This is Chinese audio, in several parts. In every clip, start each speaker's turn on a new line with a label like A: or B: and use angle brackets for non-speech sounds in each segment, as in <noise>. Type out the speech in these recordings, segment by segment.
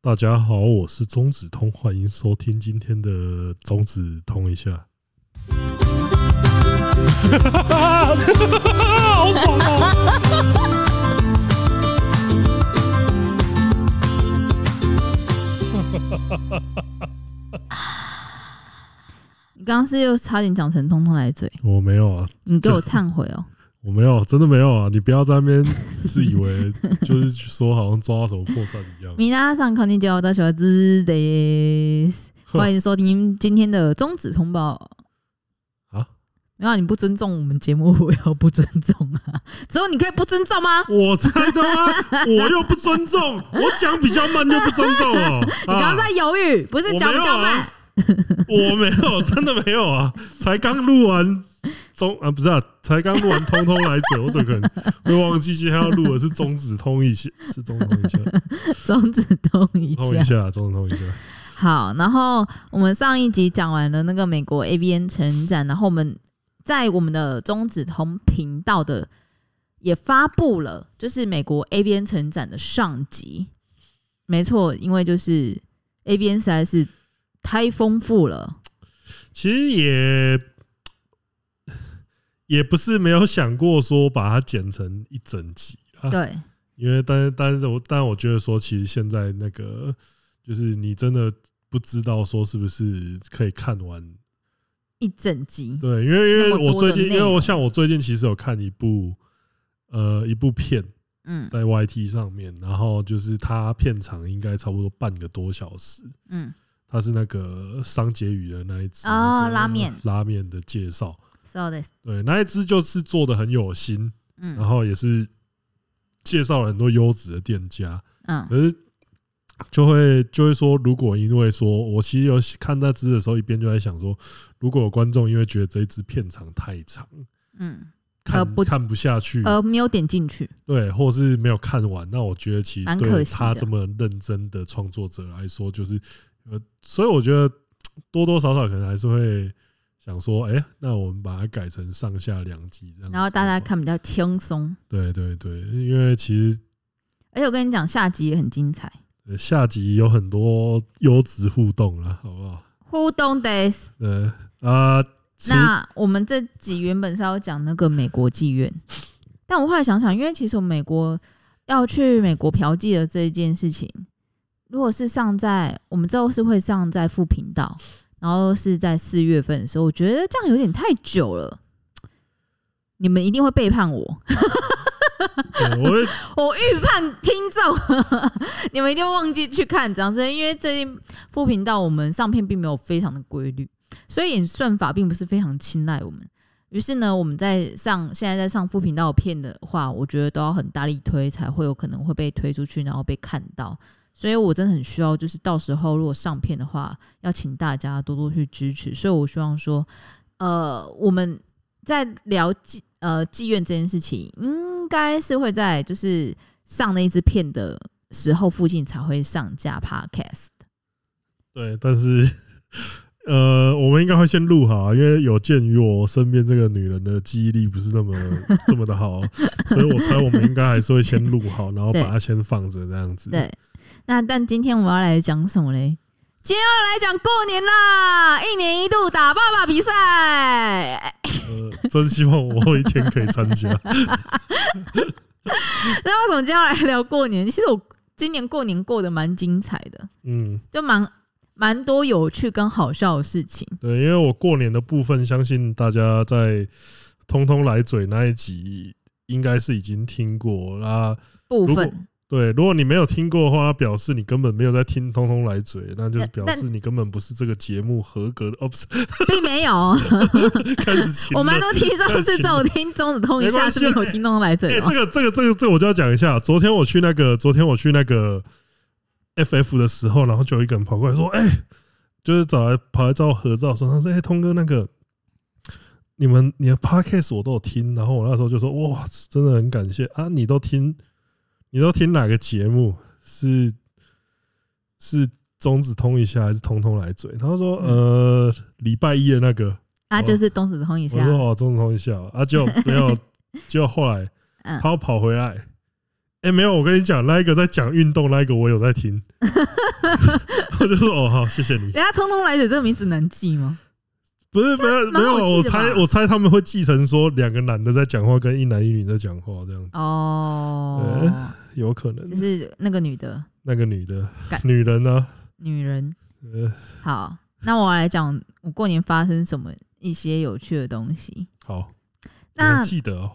A: 大家好，我是中子通，欢迎收听今天的中子通一下。好爽哦！
B: 你刚刚是又差点讲成通通来嘴，
A: 我没有啊，
B: 你给我忏悔哦！
A: 我没有，真的没有啊！你不要在那边自以为 <laughs> 就是说好像抓到什么破绽一样。
B: 米娜上康尼教大小子的，欢迎收听今天的终止通报。
A: 啊！
B: 没有啊、你不尊重我们节目，我要不尊重啊！ <laughs> 只有你可以不尊重吗？
A: 我猜的吗？我又不尊重，我讲比较慢就不尊重哦。
B: <laughs> 你刚刚在犹豫，不是讲比较慢？
A: 啊我没有，真的没有啊！才刚录完中啊，不是啊，才刚录完通通来嘴，我怎么可能会忘记今天要录的是中指通一下，是中指通一下，
B: 终止通一
A: 通一
B: 下。
A: 下，中指通一下。
B: 好，然后我们上一集讲完了那个美国 ABN 成人展，然后我们在我们的中子通频道的也发布了，就是美国 ABN 成人展的上集。没错，因为就是 ABN 实在是太丰富了，
A: 其实也也不是没有想过说把它剪成一整集啊，
B: 对，
A: 因为但是但是我但我觉得说，其实现在那个就是你真的不知道说是不是可以看完
B: 一整集，
A: 对，因为因为
B: 那么多
A: 我最
B: 的
A: 近，因
B: 内
A: 为我
B: 容
A: 像我最近其实有看一部呃一部片
B: 嗯
A: 在 YT 上面，然后就是它片长应该差不多半个多小时，
B: 嗯，
A: 它是那个桑杰宇的那一支
B: 哦
A: 那个
B: 拉面
A: 拉面的介绍，
B: so this，
A: 对，那一支就是做的很有心，然
B: 嗯
A: 后也是介绍了很多优质的店家，
B: 嗯
A: 可是。就会就会说，如果因为说我其实有看那支的时候，一边就在想说，如果有观众因为觉得这一支片长太长，
B: 嗯，
A: 看、
B: 呃不
A: 看不下去，
B: 呃，没有点进去，
A: 对，或是没有看完，那我觉得其实
B: 蛮
A: 对
B: 可惜
A: 他
B: 的
A: 这么认真的创作者来说，就是呃，所以我觉得多多少少可能还是会想说，哎、那我们把它改成上下两集这样，
B: 然后大家，看比较轻松。
A: 对对对，因为其实
B: 而且我跟你讲，下集也很精彩，
A: 呃下集有很多优质互动了，好不好？
B: 互动 days。
A: 呃啊，除
B: 那我们这集原本是要讲那个美国妓院，但我后来想想，因为其实我们美国要去美国嫖妓的这一件事情，如果是上在我们之后是会上在副频道，然后是在四月份的时候，我觉得这样有点太久了。你们一定会背叛我，
A: 呃我会
B: 我预判听众， <laughs> 你们一定会忘记去看这样子，因为最近副频道我们上片并没有非常的规律，所以演算法并不是非常青睐我们。于是呢，我们在上现在在上副频道的片的话，我觉得都要很大力推，才会有可能会被推出去，然后被看到。所以我真的很需要，就是到时候如果上片的话，要请大家多多去支持。所以我希望说，呃，我们在聊妓呃妓院这件事情，应该是会在就是上那一支片的时候附近才会上架 podcast。
A: 对，但是呃，我们应该会先录好、啊，因为有鉴于我身边这个女人的记忆力不是那么这么的好，啊所以我猜我们应该还是会先录好，然后把
B: 对
A: 它先放着这样子。
B: 对，那但今天我们要来讲什么嘞？今天要来讲过年啦，一年一度打爸爸比赛。
A: 呃，真希望我有一天可以参加。
B: 那为什么今天要来聊过年？其实我今年过年过得蛮精彩的，
A: 嗯，
B: 就蛮蛮多有趣跟好笑的事情。
A: 对，因为我过年的部分，相信大家在通通来嘴那一集应该是已经听过啦。
B: 部
A: 如果
B: 分
A: 对，如果你没有听过的话，表示你根本没有在听《通通来嘴》，那就是
B: 但
A: 表
B: 但
A: 示你根本不是这个节目合格的。 <laughs> 哦，不是，
B: 并没有，
A: <laughs> 开始请
B: 我蛮
A: 了。
B: 多听众
A: <laughs>
B: 是走听中子通一下，是没有听众来
A: 哎、这
B: 嘴哦。
A: 个这个这个这个我就要讲一下。昨天我去那个，昨天我去那个 FF 的时候，然后就有一个人跑过来说：“哎、就是找来跑来找我合照，说他说：‘哎、通哥，那个你们你的 Podcast 我都有听。’然后我那时候就说：‘哇，真的很感谢啊！你都听，你都听哪个节目？是是中指通一下还是通通来嘴？’他说：‘
B: 嗯
A: 呃，礼拜一的那个。’
B: 啊，就是东子通一
A: 我
B: 下，
A: 哦说哦，中统一笑啊，就没
B: <laughs>
A: 有，就后来
B: 嗯
A: 他又跑回来。哎、没有，我跟你讲，那一个在讲运动，那一个我有在
B: <laughs>
A: 听，我就说哦，好，谢谢你。
B: 人家通通来水这个名字能记吗？
A: 不是，没有，没
B: 蛮
A: 有，
B: 好
A: 我
B: 记的吧
A: 猜，我猜他们会继承说两个男的在讲话，跟一男一女在讲话，这样
B: 哦，
A: 有可能。
B: 就是那个女的
A: 那个女的
B: 干
A: 女人呢、
B: 女人。
A: 呃，
B: 好，那我来讲我过年发生什么一些有趣的东西。
A: 好，你
B: 那
A: 还记得哦，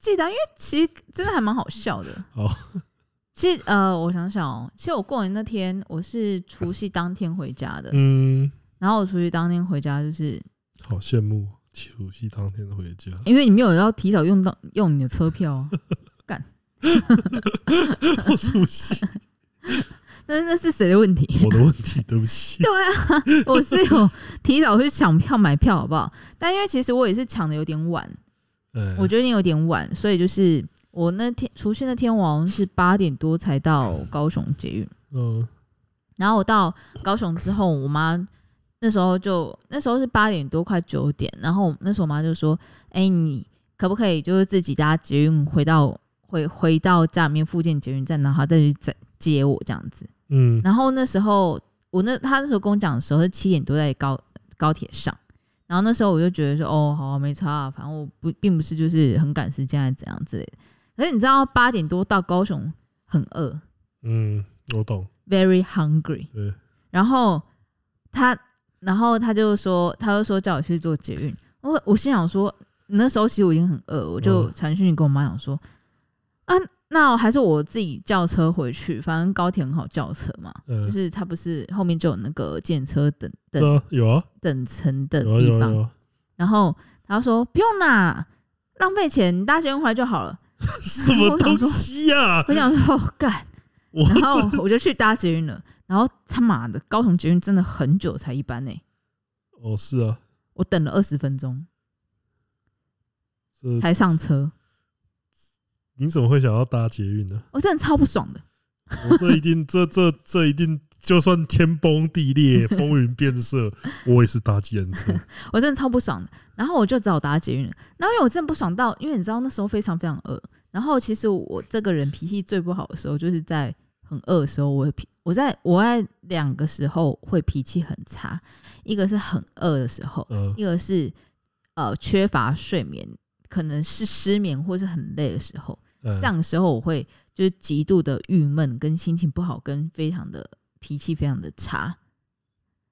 B: 记得啊，因为其实真的还蛮好笑的。
A: 好，
B: 其实呃，我想想哦，其实我过年那天我是除夕当天回家的，
A: 嗯，
B: 然后我除夕当天回家，就是
A: 好羡慕除夕当天回家， <laughs>
B: 因为你没有要提早用到用你的车票啊，
A: 我除夕，
B: 那那是谁的问题？
A: 我的问题，对不起，
B: <laughs> 对啊，我是有提早去抢票买票，好不好？但因为其实我也是抢的有点晚，
A: 哎
B: 我决定有点晚，所以就是我那天除夕那天，我好像是八点多才到高雄捷运。
A: 嗯。
B: 然后我到高雄之后，我妈那时候就那时候是八点多快九点，然后那时候我妈就说：“哎、你可不可以就是自己搭捷运回到回回到家里面附近捷运站，然后再去再接我这样子？”
A: 嗯，
B: 然后那时候我那她那时候跟我讲的时候是七点多在高高铁上，然后那时候我就觉得说：“哦，好啊、没差、啊，反正我不并不是就是很赶时间还是怎样之类的。”可是你知道八点多到高雄很饿，
A: 嗯，我懂。
B: very hungry
A: 对。
B: 然后他，然后他就说，他就说叫我去做捷运。我我心想说，那时候其实我已经很饿，我就
A: 嗯
B: 传讯跟我妈讲说，啊，那还是我自己叫车回去，反正高铁很好叫车嘛。
A: 嗯
B: 就是他不是后面就有那个建车等
A: 对
B: 等
A: 啊，有啊，
B: 等层的
A: 有啊，
B: 地
A: 有啊，
B: 方，
A: 有啊。
B: 然后他就说不用啦，浪费钱，你搭捷运回来就好了。
A: <laughs> 什么东西呀、
B: 我想说， <laughs> 哦干、
A: 我
B: 然后我就去搭捷运了，然后他妈的高雄捷运真的很久才一班呢、欸
A: 哦，是啊，
B: 我等了二十分钟
A: 这
B: 才上车，
A: 你怎么会想要搭捷运呢？
B: 我真的超不爽的。
A: 我这一定，这这这一定，就算天崩地裂、风云变色，我也是搭捷运车。
B: 我真的超不爽的。然后我就只好搭捷运了。然后因为我真的不爽到，因为你知道那时候非常非常饿。然后其实我这个人脾气最不好的时候，就是在很饿的时候，我会脾我在我在两个时候会脾气很差，一个是很饿的时候，
A: 嗯
B: 一个是呃缺乏睡眠，可能是失眠或是很累的时候。
A: 嗯
B: 这样的时候，我会就是极度的郁闷，跟心情不好，跟非常的脾气非常的差。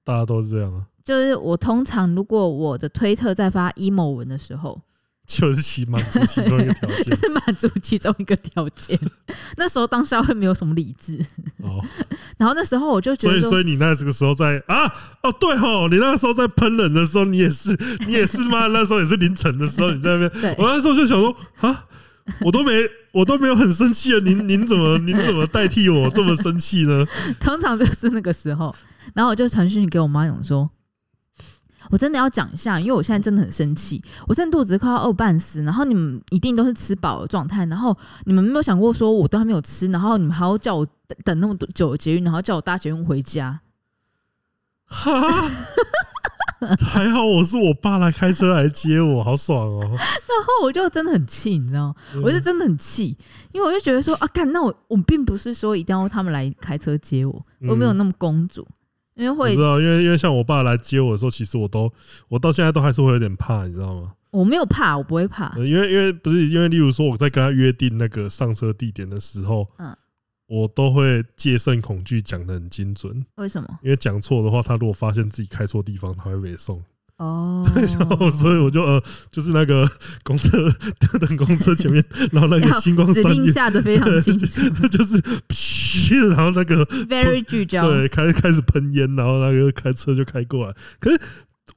A: 大家都是这样啊，
B: 就是我通常如果我的推特在发 emo 文的时候，
A: 就是其满足其中一个条
B: 就
A: 件。
B: 是满足其中一个条件。 <laughs> 那时候当下会没有什么理智，
A: 哦，
B: 然后那时候我就觉
A: 所
B: 得
A: 以
B: 说
A: 所以你那这个时候在啊，哦对吼，你那时候在喷人的时候，你也是你也是嘛，那时候也是凌晨的时候，你在那边
B: 对
A: 我那时候就想说啊，我都没我都没有很生气啊，您您怎么您怎么代替我这么生气呢？
B: 通常就是那个时候，然后我就传讯给我妈讲说，我真的要讲一下，因为我现在真的很生气，我真的肚子快要饿半死，然后你们一定都是吃饱的状态，然后你们没有想过说我都还没有吃，然后你们还要叫我等等那么多久的捷运，然后叫我搭捷运回家，
A: 哈， <laughs> 还好我是我爸来开车来接我，好爽哦！
B: 然后我就真的很气，你知道吗？我
A: 嗯
B: 是真的很气，因为我就觉得说啊，干，那我我并不是说一定要他们来开车接我，我没有那么公主，因为
A: 嗯我
B: 会
A: 知道，因为因为像我爸来接我的时候，其实我都我到现在都还是会有点怕，你知道吗？
B: 我没有怕，我不会怕，
A: 呃因为因为不是因为，例如说我在跟他约定那个上车地点的时候，
B: 嗯
A: 我都会戒慎恐惧讲的很精准，
B: 为什么？
A: 因为讲错的话，他如果发现自己开错地方，他会被送。，
B: 哦
A: <laughs> 然后所以我就呃，就是那个公车 <laughs> 等公车前面，然后那个
B: 要
A: 星光
B: 指
A: 三
B: 令
A: 月，
B: 下的非常清楚
A: <laughs> 就是，然后那个
B: ，very 聚焦。
A: 对开开始喷烟，然后那个开车就开过来。可是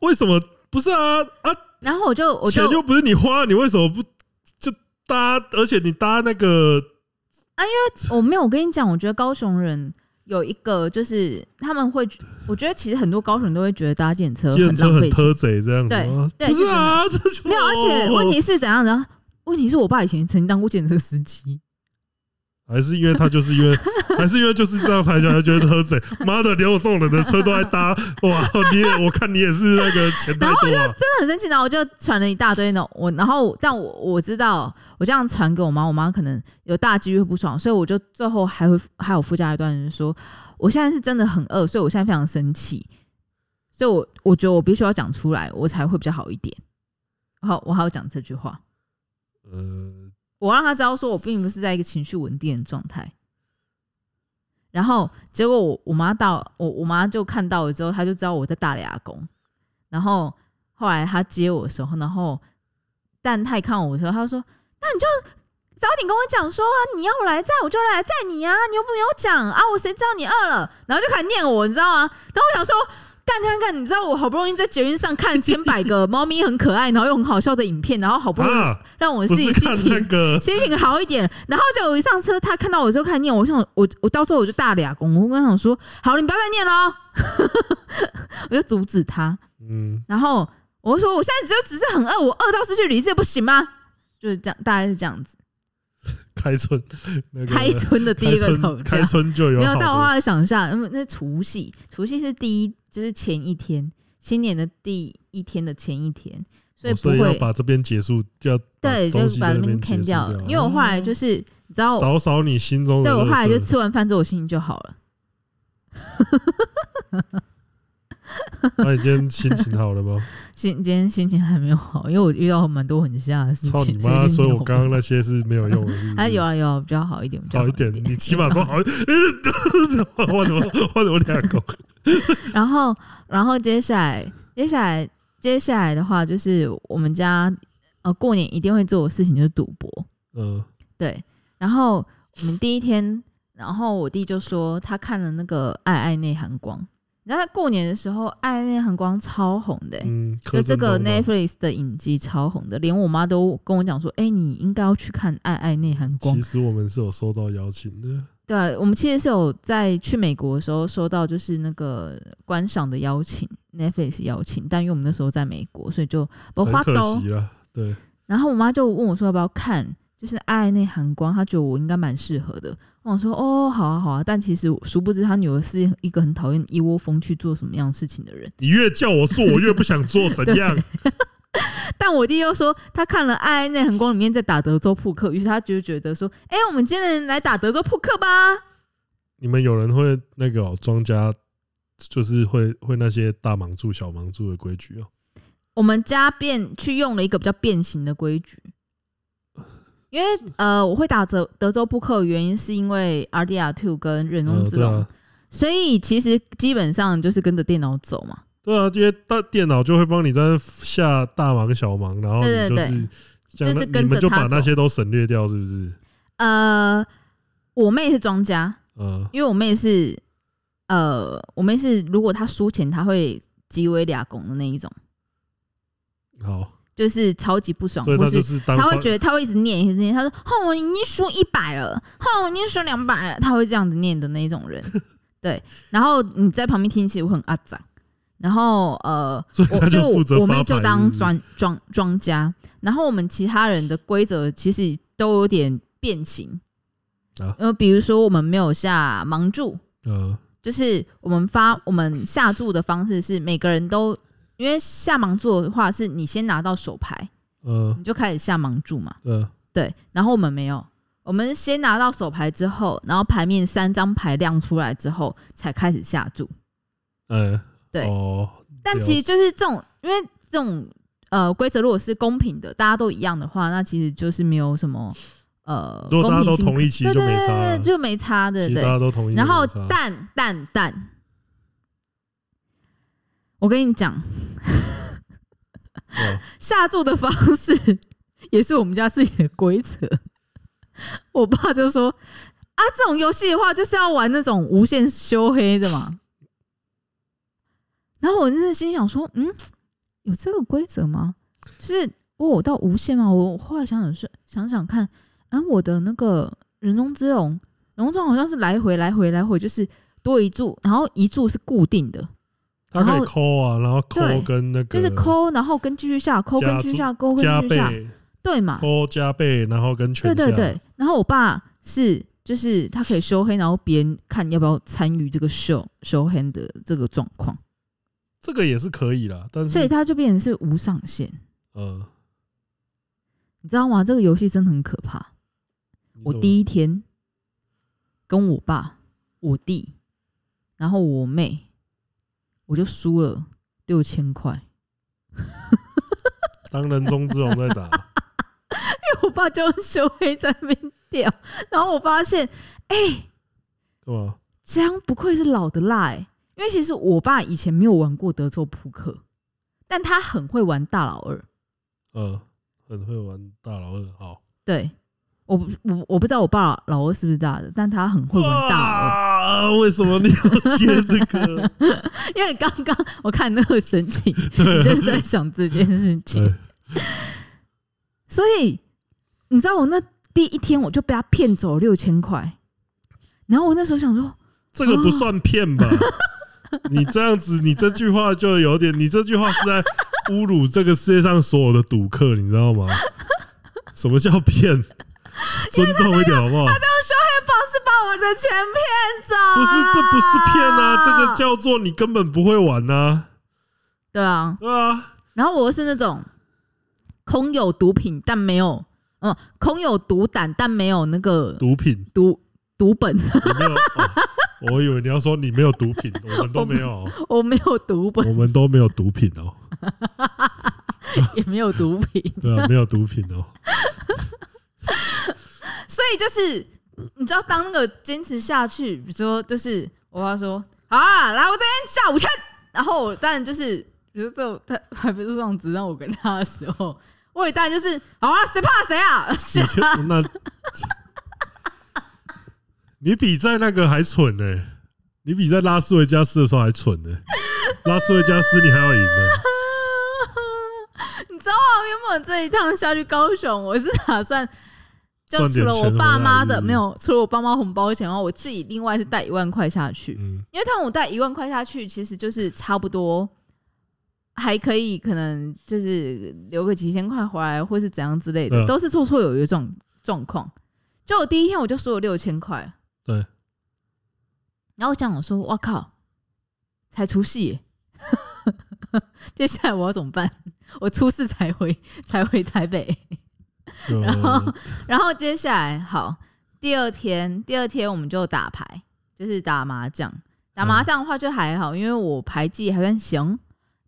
A: 为什么不是啊啊？
B: 然后我就我
A: 钱
B: 就
A: 又不是你花，你为什么不就搭？而且你搭那个
B: 我没有我跟你讲，我觉得高雄人有一个就是他们会，我觉得其实很多高手都会觉得搭检车
A: 计程
B: 很
A: 车
B: 浪
A: 很
B: 费钱
A: 偷，贼这样子吗？
B: 对对
A: 不是啊，这就
B: 没有，而且问题是怎样呢？问题是我爸以前曾经当过检车司机，
A: 还是因为他就是
B: <laughs>
A: 因为还是因为就是这样才想，他觉得喝醉。妈的，连我这种人的车都爱搭，哇！你也我看你也是那个钱太多啊。
B: 真的很生气，然后我就传了一大堆呢。我然后但我我知道我这样传给我妈，我妈可能有大机会不爽，所以我就最后还会还有附加一段就是说，我现在是真的很饿，所以我现在非常生气，所以我我觉得我必须要讲出来，我才会比较好一点。好，我还要讲这句话，
A: 呃，
B: 我让他知道说我并不是在一个情绪稳定的状态。然后结果我我妈到我我妈就看到了之后，她就知道我在大理阿公。然后后来她接我的时候，然后但她一看我的时候，她就说：“那你就早点跟我讲说啊，你要我来载我就来载你啊，你又没有讲啊，我谁知道你饿了？”然后就开始念我，你知道吗？然后我想说。干干干！你知道我好不容易在捷运上看千百个猫咪很可爱，然后又很好笑的影片，然后好不容易
A: 啊，
B: 让我自
A: 不
B: 己
A: 是
B: 心
A: 看那
B: 情
A: 个
B: 心情好一点。然后就我一上车，他看到我就开始念，我想我我到时候我就大俩公，我跟他讲说，好了，你不要再念了哦， <laughs> 我就阻止他。
A: 嗯，
B: 然后我就说，我现在就只是很饿，我饿到失去理智，不行吗？就是这样，大概是这样子。
A: 开春那个
B: 开春的第一个吵
A: 开春
B: 架
A: 开，春就有
B: 没有
A: 好
B: 到
A: 的
B: 话想一下，嗯，那除夕，除夕是第一，就是前一天，新年的第一天的前一天，所以
A: 哦
B: 不
A: 所以要
B: 会。
A: 把这边结束，要把
B: 对，就
A: 东
B: 是
A: 西
B: 把
A: 在
B: 那
A: 那
B: 边
A: 边
B: c
A: 结
B: a
A: 束
B: 掉
A: 掉啊
B: 了，因为我后来就是，你知道，
A: 扫扫你心中的
B: 对
A: 垃圾。
B: 我后来就吃完饭之后，我心情就好了。
A: 那你今天心情好
B: <laughs>
A: 了吗？
B: 今今天心情还没有好， <laughs> 因为我遇到蛮多很吓的事
A: 操你
B: 情。
A: 妈！
B: <laughs> 心情
A: 所以我
B: 好
A: 刚刚那些是没有用的，是不是
B: 哎有啊有啊，比较好一点，比较
A: 好一点，你起码说好一点。呃换什么换什么两个？
B: <laughs> 然后然后接下来接下来接下来的话，就是我们家呃过年一定会做的事情就是赌博，
A: 嗯，
B: 对。然后我们第一天，然后我弟就说他看了那个《爱爱内涵光》，然后他过年的时候，《爱爱内涵光》超红的、欸。
A: 嗯，
B: 就这个
A: 那
B: Netflix 的影集超红的，连我妈都跟我讲说：“哎、你应该要去看《爱爱内涵光
A: 其》实我们是有收到邀请的，”
B: 对啊，我们其实是有在去美国的时候收到就是那个观赏的邀请，Netflix 邀请，但因为我们那时候在美国，所以就不花
A: 很可
B: 兜
A: 惜。了。对，
B: 然后我妈就问我说要不要看，就是《爱爱内涵光》，她觉得我应该蛮适合的。我想说哦，好啊好啊，但其实殊不知她女儿是一个很讨厌一窝蜂去做什么样的事情的人。
A: 你越叫我做，我越不想做，怎样？
B: 但我弟又说，他看了《爱爱内涵光》里面在打德州扑克，于是他就觉得说：“哎、我们今天来打德州扑克吧。
A: 你们有人会那个哦庄家，就是会会那些大盲注、小盲注的规矩哦。”
B: <laughs> 我们家变去用了一个比较变形的规矩，因为呃，我会打德德州扑克的原因是因为 R D R Two 跟忍
A: 嗯
B: 龙，之
A: 对
B: 龙，
A: 啊，
B: 所以其实基本上就是跟着电脑走嘛。
A: 对啊，因为大电脑就会帮你在那下大盲、小盲，然后
B: 对
A: 你就是这
B: 对
A: 样
B: 就是
A: 那
B: 跟着
A: 你们就把
B: 他走
A: 那些都省略掉，是不是？
B: 呃，我妹是庄家，
A: 嗯，
B: 因为我妹是呃，我妹是如果她输钱，她会极为俩拱的那一种。
A: 好，
B: 就是超级不爽，
A: 所以
B: 或
A: 他就是是当
B: 他会
A: 方
B: 觉得他会一直念，一直念。他说：“哦，我已经输一百了，哦，我已经输两百了。”他会这样子念的那一
A: <laughs>
B: 种人。对，然后你在旁边听，其实我很阿长。然后呃，
A: <laughs> 所以
B: 我
A: 他就负责
B: 我我妹
A: 发
B: 就
A: 牌
B: 当
A: 是不是
B: 庄庄庄家，然后我们其他人的规则其实都有点变形。
A: 啊
B: 因为比如说我们没有下盲注，
A: 嗯
B: 就是我们发我们下注的方式是每个人都，因为下盲注的话是你先拿到手牌，
A: 嗯
B: 你就开始下盲注嘛。
A: 嗯
B: 对，然后我们没有，我们先拿到手牌之后，然后牌面三张牌亮出来之后，才开始下注。
A: 嗯，
B: 对
A: 哦，
B: 但其实就是这种，因为这种呃规则如果是公平的，大家都一样的话，那其实就是没有什么呃
A: 如果大
B: 公
A: 家都
B: 平性可。
A: 同意，其
B: 对
A: 实就
B: 对
A: 没
B: 对
A: 差了
B: 对，。就没差的，
A: 其实
B: 对
A: 大。家都同意就没
B: 然
A: 差。
B: 后蛋蛋蛋，我跟你讲，
A: 嗯
B: 下注的方式 <laughs> 也是我们家自己的规则。 <laughs> 我爸就说：“啊，这种游戏的话，就是要玩那种无限修黑的嘛。”然后我真的心想说：“嗯，有这个规则吗？就是哦我有到无限吗？”我后来想想是想想看，啊，我的那个人中之龙，人中之龙好像是来回来回来回，就是多一注，然后一注是固定的，
A: 它可
B: 然
A: 以
B: 后
A: 抠啊，然后抠
B: 对
A: 跟那个
B: 就是抠，然后跟继续下，抠跟
A: 加
B: 继续
A: 注
B: 下，抠跟
A: 加
B: 继续下，
A: 倍
B: 对嘛？
A: 抠加倍，然后跟全
B: 对
A: 下
B: 对对。然后我爸是就是他可以收黑，然后别人看要不要参与这个收收黑的这个状况，
A: 这个也是可以啦，但是
B: 所以他就变成是无上限，
A: 嗯，
B: 你知道吗？这个游戏真的很可怕。我
A: 一
B: 第一天跟我爸、我弟，然后我妹，我就输了六千块。
A: 当人中之龙在打，
B: <laughs> 我爸就用修黑在那边掉，然后我发现
A: 干嘛？
B: 姜不愧是老的辣哎、因为其实我爸以前没有玩过德州扑克，但他很会玩大老二。
A: 嗯，很会玩大老二，好，
B: 对，我不我我不知道我爸老二是不是大的，但他很会玩大老二。
A: 啊？为什么你要接这个？
B: <laughs> 因为刚刚我看那个神情，你
A: <laughs>
B: 就
A: 对
B: 是在想这件事情。
A: 对，
B: 所以你知道我那第一天我就被他骗走六千块，然后我那时候想说，
A: 这个不算骗吧？你这样子，你这句话就有点，你这句话是在侮辱这个世界上所有的赌客，你知道吗？什么叫骗？尊重一点好不好？
B: 他说黑豹是把我的钱骗走、
A: 不是，这不是骗啊，这个叫做你根本不会玩呐、
B: 对啊
A: 啊，。对啊，
B: 然后我是那种空有毒品但没有，嗯，空有毒胆但没有那个
A: 毒品
B: 毒毒本， <laughs>
A: 你没有、哦我以为你要说你没有毒品，我们都没有哦，
B: 我没有毒本，
A: 我们都没有毒品哦，
B: 也没有毒品， <laughs>
A: 对啊，没有毒品哦，
B: 所以就是你知道，当那个坚持下去，比如说就是我爸说好啊，来我这边下五千，然后我当然就是，比如说这种他还不是这样子让我跟他的时候，我也当然就是好啊，谁怕谁啊， <laughs>
A: 你去那，你比在那个还蠢呢、你比在拉斯维加斯的时候还蠢呢、拉斯维加斯你还要赢呢、
B: <laughs> 你知道吗？原本这一趟下去高雄，我是打算就
A: 赚
B: 除
A: 点
B: 了我
A: 钱
B: 爸
A: 回来
B: 妈
A: 是不
B: 的
A: 是
B: 没有，除了我爸妈红包钱外，我自己另外是带一万块下去，
A: 嗯，
B: 因为他们我带一万块下去，其实就是差不多。还可以，可能就是留个几千块回来，或是怎样之类的，
A: 嗯
B: 都是绰绰有余的状状况。就我第一天我就输了六千块，
A: 对。
B: 然后我想说，哇靠，才除夕耶， <laughs> 接下来我要怎么办？我初四才回才回台北。 <laughs>
A: 就
B: 后然后接下来好，第二天，第二天我们就打牌，就是打麻将。打麻将的话就还好，因为我牌技还算行，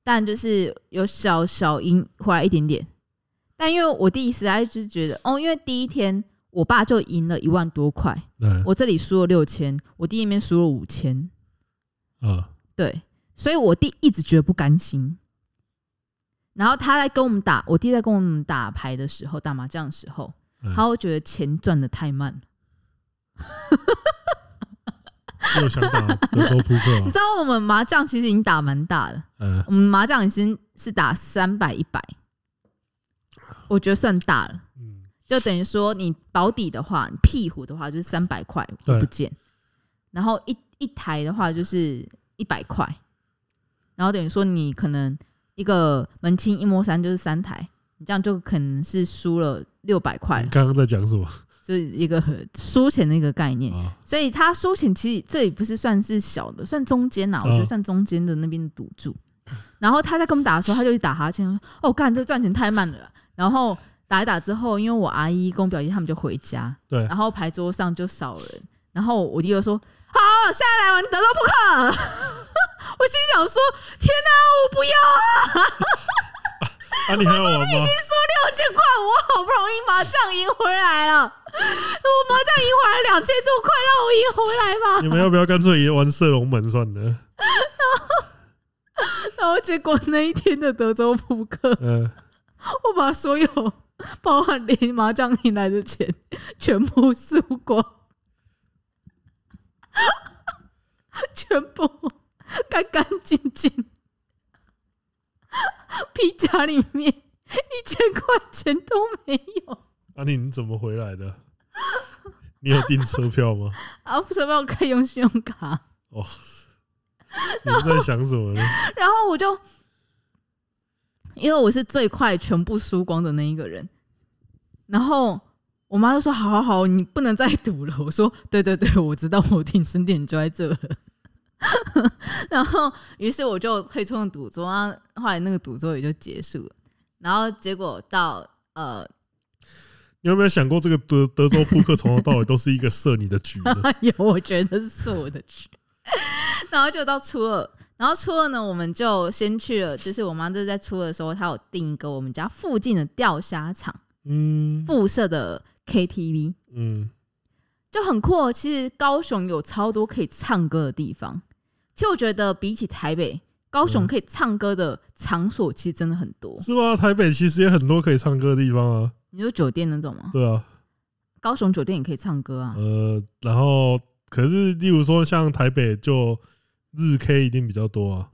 B: 但就是有小小赢回来一点点。但因为我弟实在就是觉得，哦，因为第一天我爸就赢了一万多块，
A: 对
B: 我这里输了六千，我弟那边输了五千，
A: 啊，
B: 对，所以我弟一直觉得不甘心。然后他在跟我们打，我弟在跟我们打牌的时候，打麻将的时候，
A: 嗯
B: 他会觉得钱赚的太慢。
A: 又想打德州扑克
B: 你
A: 啊
B: 知，道我们麻将其实已经打蛮大的，
A: 嗯，
B: 我们麻将已经是打三百一百，我觉得算大了。
A: 嗯
B: 就等于说你保底的话，你屁股的话就是三百块会
A: 对
B: 不见，然后一一台的话就是一百块，然后等于说你可能一个门清一摸三就是三台，你这样就可能是输了六百块
A: 你
B: 了，
A: 刚刚在讲什么
B: 就是一个输钱的一个概念。
A: 啊？
B: 所以他输钱其实这也不是算是小的，算中间呐、
A: 哦
B: 我觉得算中间的那边的赌注。然后他在跟我们打的时候，他就一直打哈欠，说：“哦，干，这赚钱太慢了啦。”然后打一打之后，因为我阿姨跟我表姨他们就回家，
A: 对
B: 然后牌桌上就少人，然后我弟就说：“好，下来玩德州扑克。”我心想说：“天哪、我不要啊！
A: 啊，你还要玩吗？
B: 输六千块，我好不容易麻将赢回来了，我麻将赢回来两千多块，让我赢回来吧。”
A: 你们要不要干脆也玩射龙门算了？
B: <laughs> 然后结果那一天的德州扑克， <laughs>
A: 嗯，
B: 我把所有包含连麻将赢来的钱全部输光， <laughs> 全部干干净净， <laughs> 皮夹里面一千块钱都没有。
A: 啊，你你怎么回来的？你有订车票吗？
B: 啊，不是，我可以用信用卡。
A: 哦，你们在想什么呢？
B: <laughs> 然后我就，因为我是最快全部输光的那一个人，然后我妈就说：“好好好，你不能再赌了。”我说：“对对对，我知道，我挺身点就在这了。” <laughs> 然后，于是我就退出了赌桌，然后后来那个赌桌也就结束了。然后结果到呃，
A: 你有没有想过，这个德德州扑克从头到尾都是一个设你的局呢？
B: <laughs> 有我觉得是我的局， <laughs> 然后就到初二，然后初二呢，我们就先去了，就是我妈就是在初二的时候，她有订一个我们家附近的钓虾场
A: 嗯
B: 附设的 KTV，
A: 嗯，
B: 就很酷哦。其实高雄有超多可以唱歌的地方，其实我觉得比起台北，高雄
A: 嗯
B: 可以唱歌的场所其实真的很多。
A: 是吧？台北其实也很多可以唱歌的地方啊，
B: 你说酒店那种吗？
A: 对啊，
B: 高雄酒店也可以唱歌啊，
A: 呃，然后可是，例如说像台北就日 K 一定比较多啊，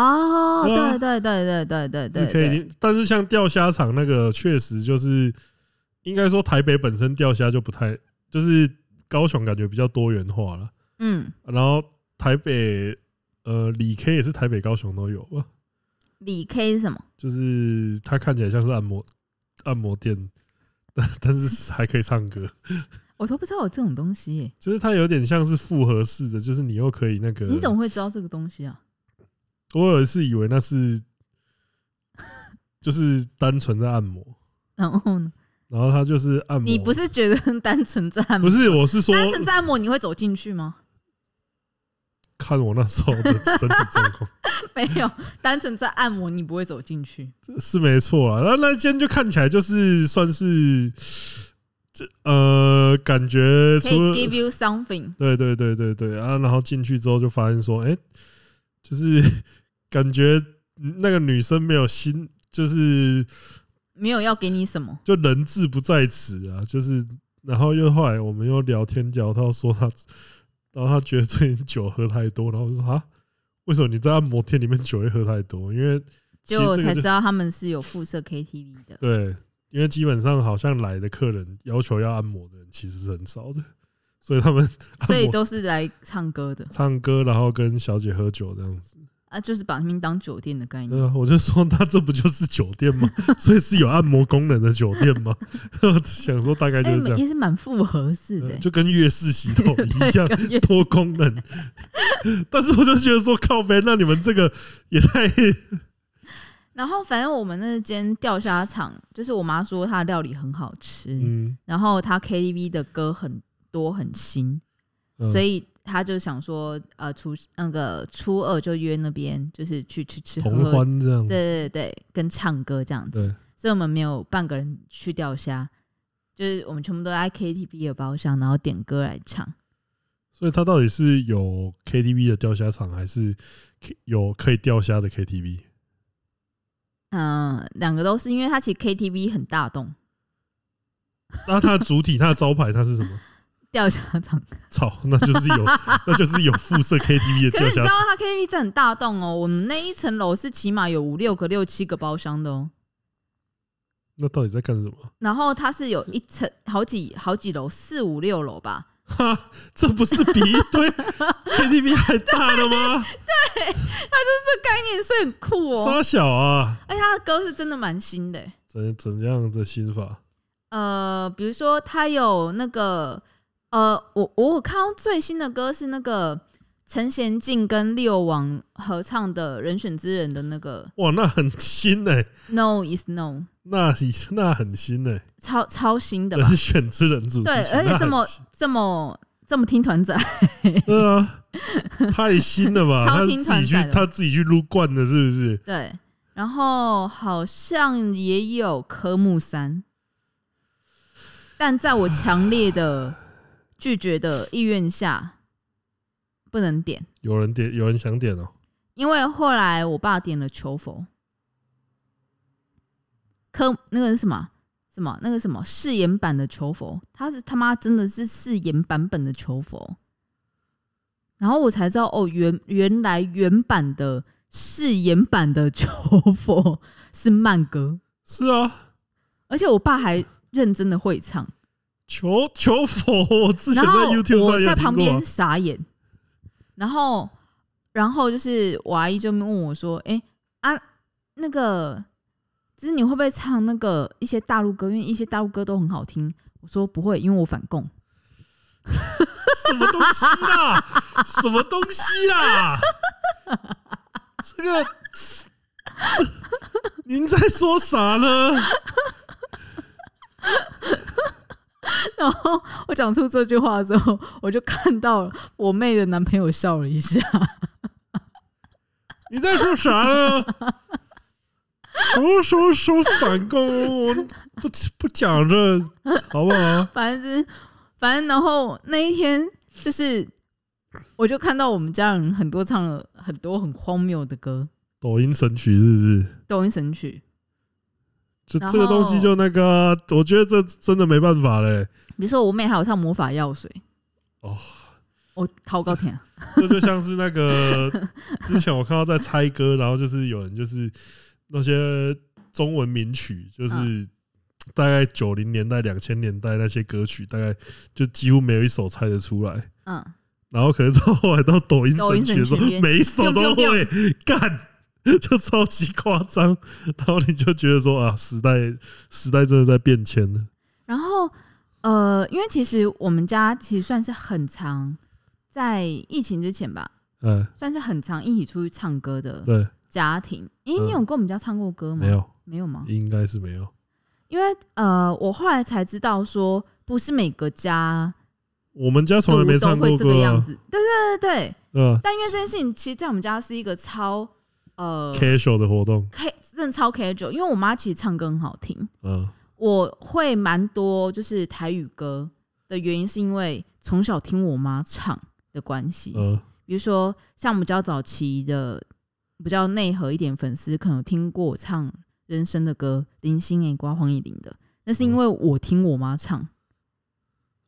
B: 哦，
A: 对啊
B: 对对对对对对
A: 日
B: 对
A: K 一
B: 对，
A: 定，但是像钓虾场那个，确实就是应该说台北本身钓虾就不太，就是高雄感觉比较多元化了，
B: 嗯，
A: 然后台北呃里 K 也是台北、高雄都有吧，
B: 李 K 是什么？
A: 就是它看起来像是按摩按摩店， <laughs> 但但是还可以唱歌。
B: 我都不知道有这种东西耶、
A: 就是它有点像是复合式的，就是你又可以那个。
B: 你怎么会知道这个东西啊？ <laughs>
A: 我有一次以为那是，就是单纯在按摩，
B: 然后呢？
A: 然后它就是按摩。
B: 你不是觉得单纯在按摩？
A: 不是，我是说
B: 单纯在按摩，你会走进去吗？ <laughs>
A: 看我那时候的身体状况 <laughs>
B: 没有，单纯在按摩，你不会走进去。
A: 是没错啊。那那间就看起来就是算是这呃，感觉
B: 可以
A: 除了
B: give you something，
A: 对对对对对啊，然后进去之后就发现说，哎、就是 <laughs> 感觉那个女生没有心，就是
B: 没有要给你什么。
A: 就人志不在此啊，就是，然后又后来我们又聊天聊到说他，然后他觉得最近酒喝太多，然后我就说啊，为什么你在按摩店里面酒会喝太多？因为其
B: 结
A: 实
B: 果我
A: 这个
B: 才
A: 就
B: 知道他们是有附设 KTV
A: <laughs>
B: 的。
A: 对，因为基本上好像来的客人要求要按摩的人其实是很少的，所以他们 <laughs>
B: 所
A: 按
B: 以
A: 摩
B: 都是来唱歌的
A: 唱歌，然后跟小姐喝酒这样子。
B: 啊，就是把他们当酒店的概
A: 对
B: 念。
A: <laughs> 啊，我就说那这不就是酒店
B: <laughs>
A: 吗？所以是有按摩功能的酒店吗？ <laughs> 想说大概就
B: 哎、
A: 是这样。
B: 也是蛮复合式的、欸
A: 呃 <laughs> 就跟月式洗头
B: <laughs> 对
A: 一样
B: 跟
A: <laughs>
B: 月式
A: 多功能。但是我就觉得说，靠背，那你们这个也太……
B: 然后反正我们那间钓虾场，就是我妈说她的料理很好吃，
A: 嗯，
B: 然后她 KTV 的歌很多很新，
A: 嗯
B: 所以他就想说，呃，初那个初二就约那边，就是去去吃喝
A: 同
B: 喝，
A: 欢这样，
B: 对对对，跟唱歌这样子。
A: 对，
B: 所以我们没有半个人去钓虾，就是我们全部都在 KTV 的包厢，然后点歌来唱。
A: 所以它到底是有 KTV 的钓虾场，还是 K- 有可以钓虾的 KTV？
B: 嗯、两个都是，因为它其实 KTV 很大栋，
A: <laughs> 那它的主体、它的招牌，它是什么？
B: 钓虾
A: <laughs>
B: 场。
A: 操，那就是
B: <laughs>
A: 有，那就是有附设 KTV 的
B: 可是
A: 钓
B: 你知
A: 虾
B: 道
A: 场。
B: 它 KTV 真的很大栋哦，我们那一层楼是起码有五六个、六七个包厢的哦。
A: 那到底在干什么？
B: 然后它是有一层好几好几楼，四五六楼吧，
A: 哈，这不是比一
B: <laughs>
A: 堆 KTV 还大了吗？
B: 这概念哎是很酷哦。
A: 沙小啊，
B: 而且他的歌是真的蛮新的欸、
A: 怎怎样的心法？
B: 呃，比如说他有那个呃，我我有看到最新的歌是那个陈贤进跟六王合唱的《人选之人》的那个
A: 哇，那很新哎、
B: No is No，
A: 那那很新哎、
B: 超超新的吧
A: 人？选之人主题曲
B: 对，而且这么
A: <laughs> 那很新
B: 这么这么听团仔， <laughs>
A: 对啊，太新了吧？他
B: 超
A: 自己
B: 听团仔
A: 去
B: 的
A: 他自己去撸惯的，是不是？
B: 对，然后好像也有科目三，但在我强烈的拒绝的意愿下，不能点。
A: 有人点，有人想点哦、
B: 因为后来我爸点了求佛，科那个是什么啊什么那个什么誓言版的求佛，他是他妈真的是誓言版本的求佛，然后我才知道哦，原原来原版的誓言版的 <laughs> 求佛是慢歌，
A: 是啊，
B: 而且我爸还认真的会唱，
A: 求求佛，我之前
B: 然
A: 在
B: 后
A: YouTube 上
B: 我
A: 也
B: 在
A: 听
B: 旁
A: 过啊、
B: 边傻眼，然后然后就是我阿姨就问我说：“哎、啊，那个，就是你会不会唱那个一些大陆歌？因为一些大陆歌都很好听。”我说不会，因为我反共。
A: 什么东西啦？什么东西啦？这个，这您在说啥呢？
B: <laughs> 然后我讲出这句话之后，我就看到了我妹的男朋友笑了一下。
A: 你在说啥呢？什么什么什么反攻？我不不讲这好不好？
B: <laughs> 反正就是，反正然后那一天就是，我就看到我们家人很多唱了很多很荒谬的歌，
A: 抖音神曲是不是？
B: 抖音神曲，
A: 就
B: 然后
A: 这个东西就那个啊、我觉得这真的没办法嘞。
B: 比如说我妹还有唱魔法药水。
A: 哦，
B: 我好高 <laughs> 天、啊，
A: <laughs> 这就像是那个之前我看到在猜歌，然后就是有人就是那些中文名曲，就
B: 嗯
A: 是大概九零年代、两千年代那些歌曲，大概就几乎没有一首猜得出来。
B: 嗯，
A: 然后可能到后来到抖音神曲的时
B: 抖音神曲
A: 候，
B: 边
A: 每一首都会干，就超级夸张。然后你就觉得说啊，时代时代真的在变迁了。
B: 然后呃，因为其实我们家其实算是很常在疫情之前吧，
A: 嗯，
B: 算是很常一起出去唱歌的
A: 对，
B: 家庭。诶、你有跟我们家唱过歌吗？
A: 没，有，
B: 嗯没有吗？
A: 应该是没有。
B: 因为呃，我后来才知道说，不是每个家
A: 我们家从来
B: 族
A: 没
B: 都
A: 唱
B: 会
A: 过
B: 这个
A: 歌
B: 样
A: 啊，
B: 子。对对对对，
A: 嗯
B: 但因为这件事情，其实在我们家是一个超呃
A: ，casual 的活动，
B: K 真的超 K 九，因为我妈其实唱歌很好听，
A: 嗯，
B: 我会蛮多就是台语歌的原因，是因为从小听我妈唱的关系。
A: 嗯，
B: 比如说像我们比较早期的比较内核一点粉丝，可能有听过我唱人生的歌，林心诶、刮黄以玲的，那是因为我听我妈唱。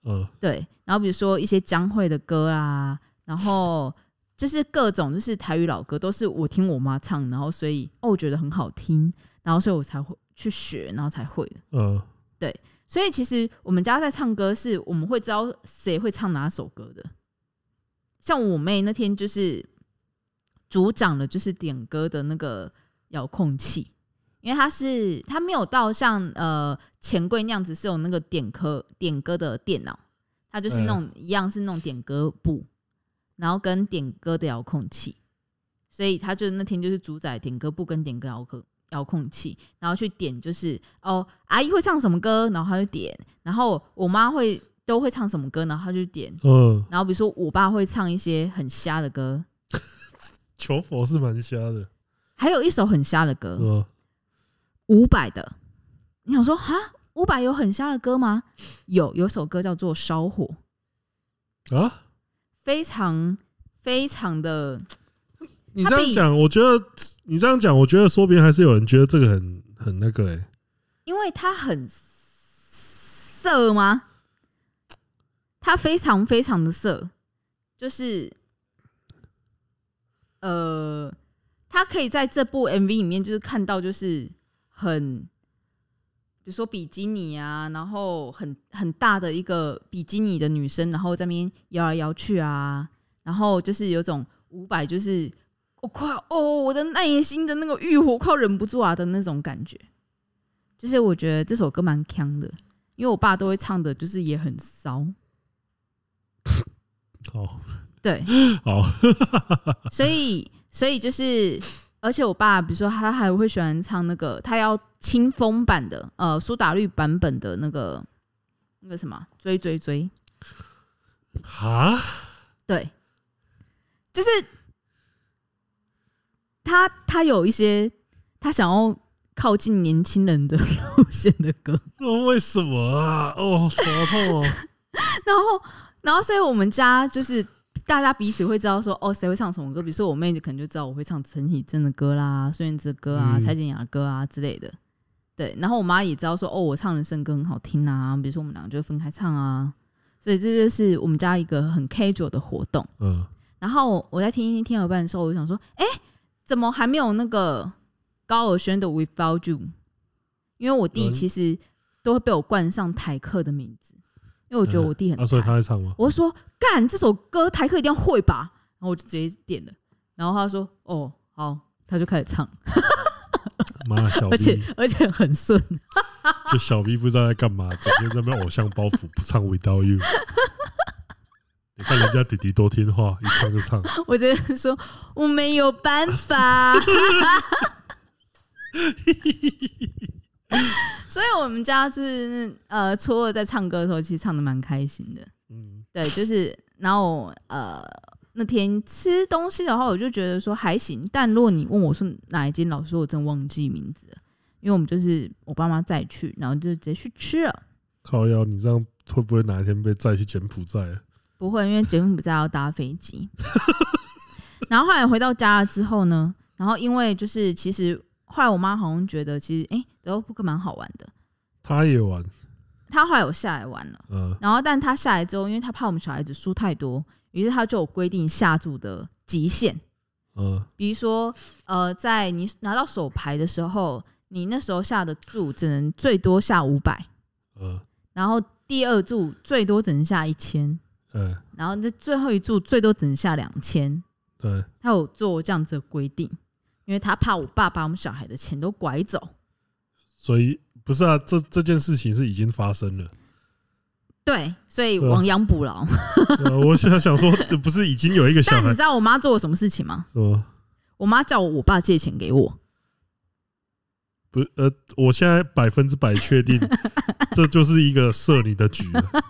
A: 嗯，
B: 对，然后比如说一些江蕙的歌啊，然后就是各种就是台语老歌，都是我听我妈唱，然后所以哦我觉得很好听，然后所以我才会去学，然后才会的。
A: 嗯，
B: 所以其实我们家在唱歌，是我们会知道谁会唱哪首歌的。像我妹那天就是主掌的，就是点歌的那个遥控器，因为它是它没有到像呃钱柜那样子是有那个点歌点歌的电脑，它就是那种、一样是那种点歌布，然后跟点歌的遥控器，所以他就那天就是主宰点歌布跟点歌遥控遥控器，然后去点就是哦阿姨会唱什么歌，然后他就点，然后我妈会都会唱什么歌，然后他就点，
A: 嗯，
B: 然后比如说我爸会唱一些很瞎的歌，
A: 求佛是蛮瞎的，
B: 还有一首很瞎的歌，
A: 嗯，
B: 伍佰的。你想说哈，伍佰有很瞎的歌吗？有，有首歌叫做《烧火》，
A: 啊，
B: 非常非常的，
A: 你这样讲，我觉得你这样讲，我觉得说不定还是有人觉得这个很很那个哎，
B: 因为它很色吗？它非常非常的色，就是呃，他可以在这部 MV 里面就是看到就是很，比如说比基尼啊，然后很很大的一个比基尼的女生，然后在那边摇来摇去啊，然后就是有种五百就是我、快要哦，我的内心的那个欲火快要忍不住啊的那种感觉，就是我觉得这首歌蛮强的，因为我爸都会唱的，就是也很骚，
A: 好
B: 对。
A: 好，
B: 所以，所以就是，而且我爸，比如说他还会喜欢唱那个，他要清风版的，呃，苏打绿版本的那个那个什么追追追，
A: 哈，
B: 对，就是他他有一些他想要靠近年轻人的路线的歌，
A: 那为什么啊？哦，头好痛哦，
B: <laughs> 然后，然后，所以我们家就是大家彼此会知道说，哦，谁会唱什么歌。比如说我妹就可能就知道我会唱陈绮贞的歌啦、孙燕姿的歌啊、
A: 嗯
B: 蔡健雅的歌啊之类的。对，然后我妈也知道说，哦，我唱人生歌很好听啊。比如说我们俩就会分开唱啊。所以这就是我们家一个很 casual 的活动。
A: 嗯，
B: 然后我在听一听听到一半的时候，我就想说，哎、怎么还没有那个高尔宣的 Without You？因为我弟
A: 嗯
B: 其实都会被我冠上台客的名字，因为我觉得我弟很
A: 啊，所以
B: 台
A: 他在唱吗？
B: 我就说干这首歌台客一定要会吧，然后我就直接点了，然后他说哦好，他就开始唱，
A: 妈小
B: 而且
A: B，
B: 而且很顺，
A: 就小 B 不知道在干嘛，整天在那边偶像包袱，不唱 Without You。你看人家弟弟多听话，一唱就唱。
B: 我直接说我没有办法。所以我们家就是呃，初二在唱歌的时候，其实唱的蛮开心的。
A: 嗯，
B: 对，就是然后呃那天吃东西的话，我就觉得说还行，但如果你问我说哪一间，老师我真忘记名字了，因为我们就是我爸妈再去，然后就直接去吃了。
A: 靠腰，你这样会不会哪一天被载去柬埔寨？
B: 不会，因为柬埔寨要搭飞机。 <laughs> 然后后来回到家了之后呢，然后因为就是其实后来我妈好像觉得其实哎、德州扑克蛮好玩的，
A: 他也玩，
B: 她后来有下来玩了。
A: 嗯，
B: 然后，但他下来之后，因为他怕我们小孩子输太多，于是他就有规定下注的极限。
A: 嗯，
B: 比如说，呃，在你拿到手牌的时候，你那时候下的注只能最多下五百，
A: 嗯，
B: 然后第二注最多只能下一千，
A: 嗯，
B: 然后这最后一注最多只能下两千。
A: 对，
B: 他有做这样子的规定，因为他怕我爸把我们小孩的钱都拐走。
A: 所以不是啊，这这件事情是已经发生了。
B: 对，所以
A: 对啊
B: 亡羊补牢。
A: 呃我想想说，这不是已经有一个 <laughs> 小
B: 但你 <laughs>
A: 孩
B: 知道我妈做了什么事情吗？
A: 什么？
B: 我妈叫我我爸借钱给我，
A: 不，呃，我现在百分之百确
B: <laughs>
A: 定，这就是一个设你的局了。啊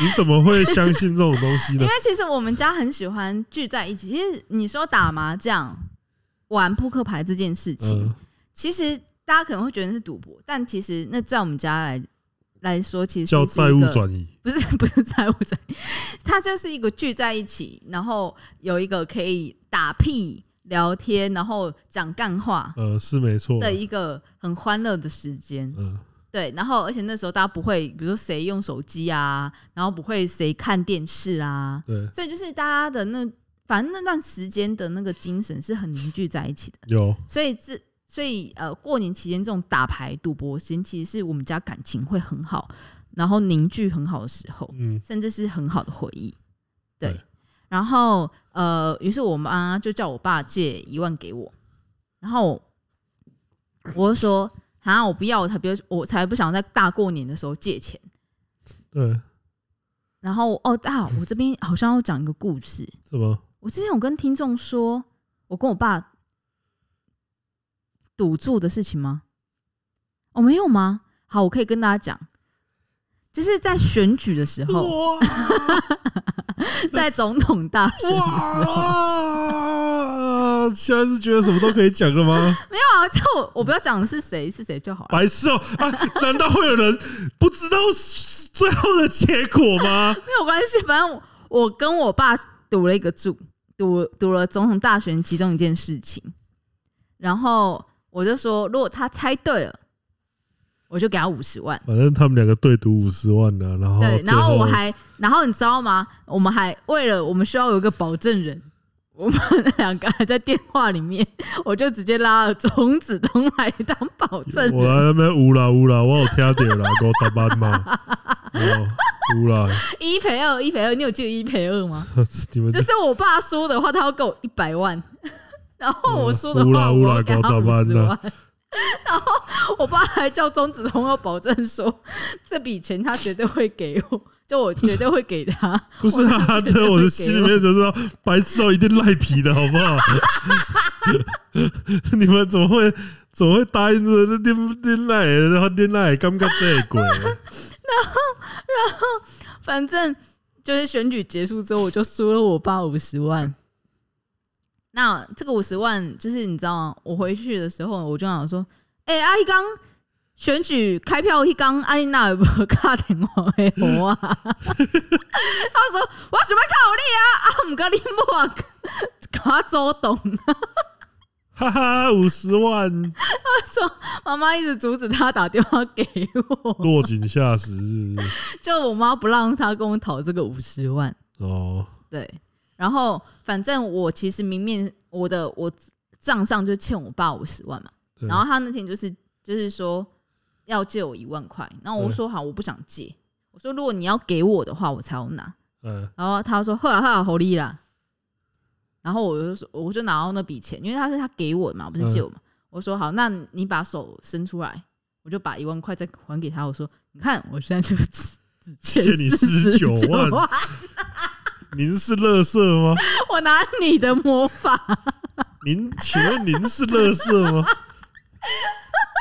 A: 你怎么会相信这种东西呢
B: 因为？其实我们家很喜欢聚在一起。其实你说打麻将、玩扑克牌这件事情，
A: 嗯，
B: 其实大家可能会觉得是赌博，但其实那在我们家来来说，其实
A: 叫
B: 是一
A: 债务
B: 个
A: 转移。
B: 不是不是债务转移，它就是一个聚在一起，然后有一个可以打屁、聊天，然后讲干话
A: 呃，是没错。
B: 的一个很欢乐的时间。
A: 嗯，
B: 对，然后而且那时候大家不会，比如说谁用手机啊，然后不会谁看电视啊，
A: 对，
B: 所以就是大家的那反正那段时间的那个精神是很凝聚在一起的。
A: 有
B: 所以这所以呃，过年期间这种打牌赌博时间，其实是我们家感情会很好，然后凝聚很好的时候，
A: 嗯，
B: 甚至是很好的回忆。对，
A: 对
B: 然后呃，于是我妈就叫我爸借一万给我，然后我就说啊，我不要，我才不要，我才不想在大过年的时候借钱。
A: 对，
B: 然后哦啊，我这边好像要讲一个故事，
A: 什么？
B: 我之前有跟听众说，我跟我爸赌注的事情吗？哦，没有吗？好，我可以跟大家讲，就是在选举的时候，在总统大选的时候，
A: 哇！现在是觉得什么都可以讲了吗？
B: 没有啊，就我我不要讲是谁是谁就好了。
A: 白痴哦、啊！难道会有人不知道最后的结果吗？
B: 没有关系，反正我我跟我爸赌了一个注，赌赌了总统大选其中一件事情，然后我就说，如果他猜对了，我就给他五十万。
A: 反正他们两个对赌五十万呢、然后
B: 对，
A: 哦最
B: 然后我还，然后你知道吗？我们还为了我们需要有一个保证人， <laughs> 我们两个还在电话里面，我就直接拉了钟子通来当保证
A: 我
B: 人，
A: 来那边乌啦乌啦，我有听到啦，狗上班嘛，哦乌啦，
B: 一赔二，一赔二，你有记得一赔二吗？
A: 你们
B: 就是我爸输的话，他要给我一百万。 <laughs> 然后我输的
A: 哦乌
B: 话，
A: 啦乌
B: 我
A: 啦
B: 要给他
A: 狗早
B: 五
A: 班
B: 十
A: 呐
B: 万。 <laughs> 然后我爸还叫钟子通要保证说， <laughs> 这笔钱他绝对会给我，就我绝对会给他。
A: 不是啊？这我的心里面就知道，白痴哦，一定赖皮的好不好？ <laughs> 你们怎么会怎么会答应这个恋恋赖的？然后恋赖感觉这鬼？ <laughs>
B: 反正就是选举结束之后，我就输了我爸五十万。 <laughs> 那这个五十万，就是你知道吗？我回去的时候，我就想说，哎、阿力刚选举开票一刚，阿丽娜有没有卡电话给我 <laughs> 啊？他说我想要靠你啊，啊， <laughs> 唔过你莫卡走动。
A: 哈哈，五十万
B: 他说妈妈一直阻止他打电话给我，
A: 落井下石是不是？
B: 就我妈不让他跟我讨这个五十万。
A: 哦，
B: 对，然后反正我其实明面我的我账上就欠我爸五十万嘛，
A: 对
B: 然后他那天就是就是说要借我一万块，然后我说好，我不想借，我说如果你要给我的话，我才要拿。
A: 嗯
B: 然后他说：“后来他有狐狸啦。”然后我就说，我就拿到那笔钱，因为他是他给我的嘛，不是借我嘛。
A: 嗯
B: 我说：“好，那你把手伸出来。”我就把一万块再还给他。我说：“你看，我现在就是 <laughs> 只
A: 借你
B: 49
A: 49万
B: 万，
A: 您是乐色吗？
B: 我拿你的魔法。
A: 您请问您是乐色吗？ <laughs>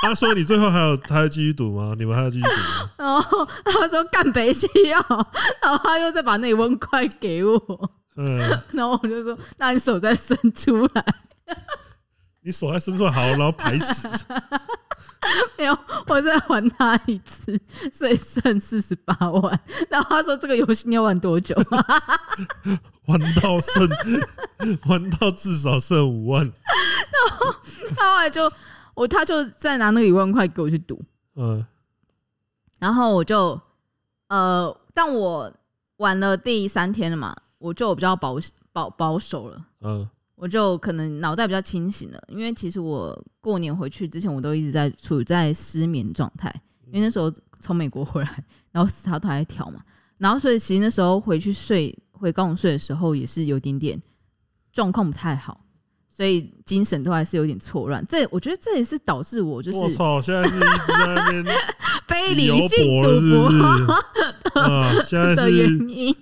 A: 他说你最后还有还要继续赌吗？你们还要继续赌吗？”
B: 然后他说：“干北西哦。”然后他又再把那一万块给我。
A: 嗯，
B: 然后我就说：“那你手再伸出来。”
A: 你手还伸出来好，然后排死。
B: 没有，我再还他一次，所以剩四十八万。然后他说这个游戏你要玩多久？ <laughs>
A: 玩到剩，玩到至少剩五万。
B: 他后来就我他就再拿那个一万块给我去赌，
A: <laughs> 嗯
B: 然后我就呃，但我玩了第三天了嘛，我就比较保保保守了。
A: 嗯
B: 我就可能脑袋比较清醒了，因为其实我过年回去之前，我都一直在处在失眠状态，因为那时候从美国回来，然后死他都还调嘛，然后所以其实那时候回去睡，回高雄睡的时候也是有点点状况不太好，所以精神都还是有点错乱。这我觉得这也是导致我就
A: 我
B: 是
A: 操！现在是一直在那
B: <laughs>
A: 边
B: 非理
A: 游
B: 性
A: 博
B: 赌
A: 了，是不
B: 博 <laughs>
A: 是？啊，现在
B: 的原
A: 是
B: 因，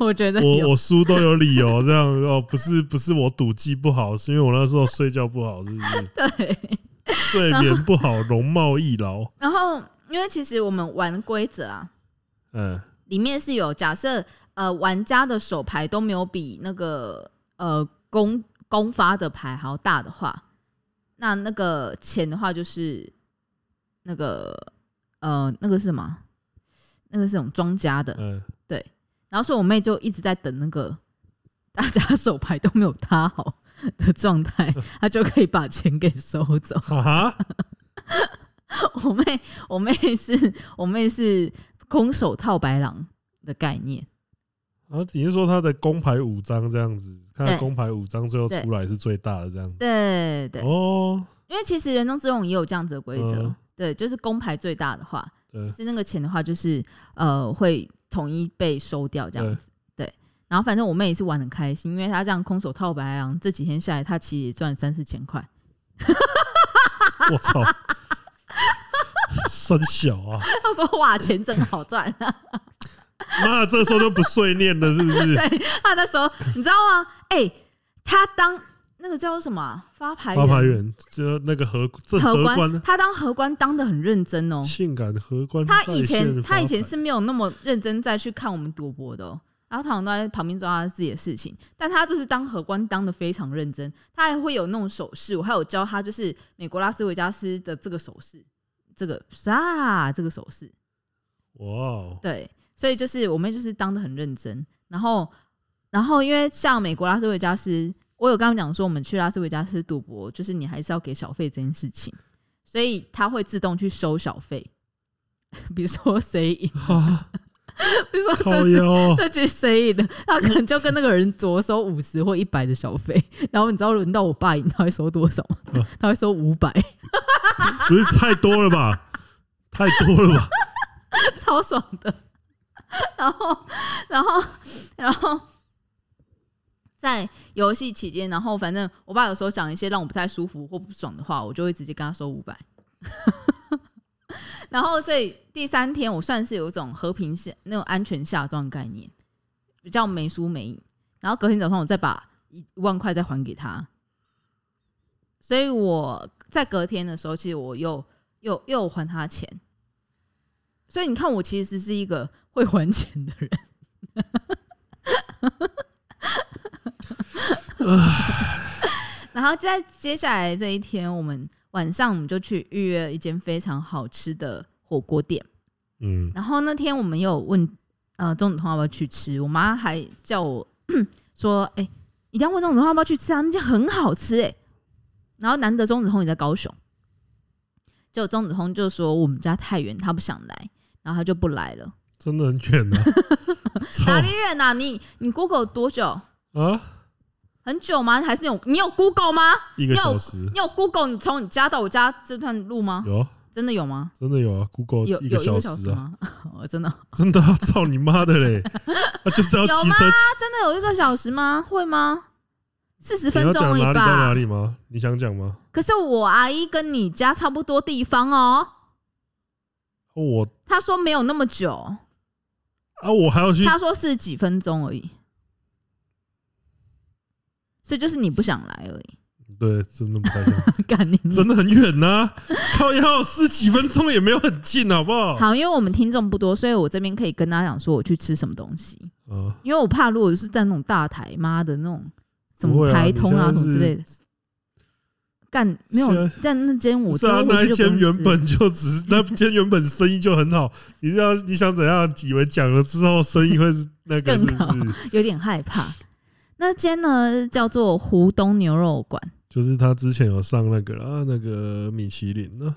B: 我觉得
A: 我
B: 有
A: 我输都有理由，这样哦，不是不是我赌技不好，是因为我那时候睡觉不好，是不
B: <laughs>
A: 是？
B: 对。
A: 睡眠不好，容貌易劳。
B: 然后因为其实我们玩规则啊，
A: 嗯
B: 里面是有假设呃玩家的手牌都没有比那个呃公公发的牌还要大的话，那那个钱的话就是那个呃那个是什么？那个是种庄家的。
A: 嗯，
B: 然后所以我妹就一直在等那个大家手牌都没有她好的状态，她就可以把钱给收走。
A: 哈啊哈，
B: <laughs> 我妹我妹是我妹是空手套白狼的概念。
A: 然后啊你是说他的公牌五张这样子，看他
B: 对
A: 公牌五张最后出来是最大的这样子。
B: 对对，
A: 哦，
B: 因为其实人中之龙也有这样子的规则，
A: 嗯
B: 对，就是公牌最大的话，
A: 对，
B: 是那个钱的话，就是呃会统一被收掉这样子，对。然后反正我妹也是玩得很开心，因为她这样空手套白狼，这几天下来她其实也赚了三四千块。 <laughs>
A: <laughs> 我操，三小啊！
B: 她说哇，钱真好赚。啊
A: 妈，这时候就不碎念了，是不是？
B: <laughs> 她那时候你知道吗？哎、她当那个叫什么啊、发牌
A: 花牌员，就那个荷这
B: 荷
A: 荷
B: 官，
A: 官，
B: 她当荷官当的很认真哦。
A: 性感荷官在
B: 他
A: 线发牌。
B: 以前他以前是没有那么认真再去看我们赌博的、哦，然后他好像都在旁边做他自己的事情。但他这次当荷官当的非常认真，他还会有那种手势，我还有教他就是美国拉斯维加斯的这个手势，这个啥这个手势，
A: 哇哦，
B: 对，所以就是我们就是当的很认真。然后然后因为像美国拉斯维加斯，我有跟他们讲说，我们去拉斯维加斯赌博，就是你还是要给小费这件事情，所以他会自动去收小费。比如说谁赢，
A: 啊，
B: 比如说
A: 靠
B: 这次
A: 腰，哦
B: 这局谁赢了，他可能就跟那个人着收五十或一百的小费，然后你知道轮到我爸赢，他会收多少吗
A: 嗯？
B: 他会收五百，
A: 不是太多了吧？太多了吧？
B: <laughs> 超爽的。然后，然后，然后在游戏期间，然后反正我爸有时候讲一些让我不太舒服或不爽的话，我就会直接跟他收五百。 <laughs> 然后，所以第三天我算是有一种和平下那种安全下装的概念，比较没输没赢。然后隔天早上我再把一一万块再还给他，所以我在隔天的时候，其实我又又又还他钱。所以你看，我其实是一个会还钱的人。 <laughs> 然后在接下来这一天，我们晚上我们就去预约一间非常好吃的火锅店。
A: 嗯，
B: 然后那天我们也有问呃钟子通要不要去吃，我妈还叫我 <clears throat> 说：“哎、一定要问钟子通要不要去吃啊，那家很好吃哎、然后难得钟子通也在高雄，结果钟子通就说我们家太远，他不想来，然后他就不来了。
A: 真的很啊远
B: <laughs>
A: 呢。
B: 哪里远啊？你你 Google 多久？
A: 操啊？
B: 很久吗？还是你有你有 Google 吗？
A: 一个小时
B: 你有 Google 你从你家到我家这段路吗？
A: 有
B: 真的有吗？
A: 真的有啊，Google
B: 有
A: 一
B: 有一
A: 小
B: 个小
A: 时
B: 时
A: 啊，
B: 吗？ <laughs> 哦，真的哦
A: 真的啊，操你妈的嘞！那就是要
B: 有
A: 骑
B: 吗
A: 车，
B: 啊，真的有一个小时吗？会吗？四十
A: 你
B: 分
A: 要
B: 钟
A: 讲
B: 而
A: 哪
B: 已
A: 里到哪
B: 吧。
A: 里吗？你想讲吗？
B: 可是我阿姨跟你家差不多地方哦，
A: 哦我
B: 她说没有那么久，
A: 啊，我还要去
B: 她说是几分钟而已。所以就是你不想来而已， <laughs>
A: 对，真的不太想，
B: 干你娘
A: 真的很远呐、靠要十几分钟也没有很近，好不好？
B: 好，因为我们听众不多，所以我这边可以跟大家讲说我去吃什么东西，
A: 啊，
B: 因为我怕如果是在那种大台妈的那种什
A: 不
B: 么
A: 会啊
B: 台通啊
A: 你
B: 什
A: 现在
B: 么之类的，干没有
A: 现在
B: 但那间我
A: 是
B: 真的
A: 啊，那
B: 回
A: 一
B: 去就
A: 间
B: 不用
A: 原
B: 吃
A: 本就只
B: <laughs>
A: 是那间原本生意就很好，你要你想怎样？以为讲了之后生意会是那个是
B: 更
A: 不
B: 好
A: 是？
B: 有点害怕。那间呢叫做湖东牛肉馆，
A: 就是他之前有上那个啦，那个米其林呢、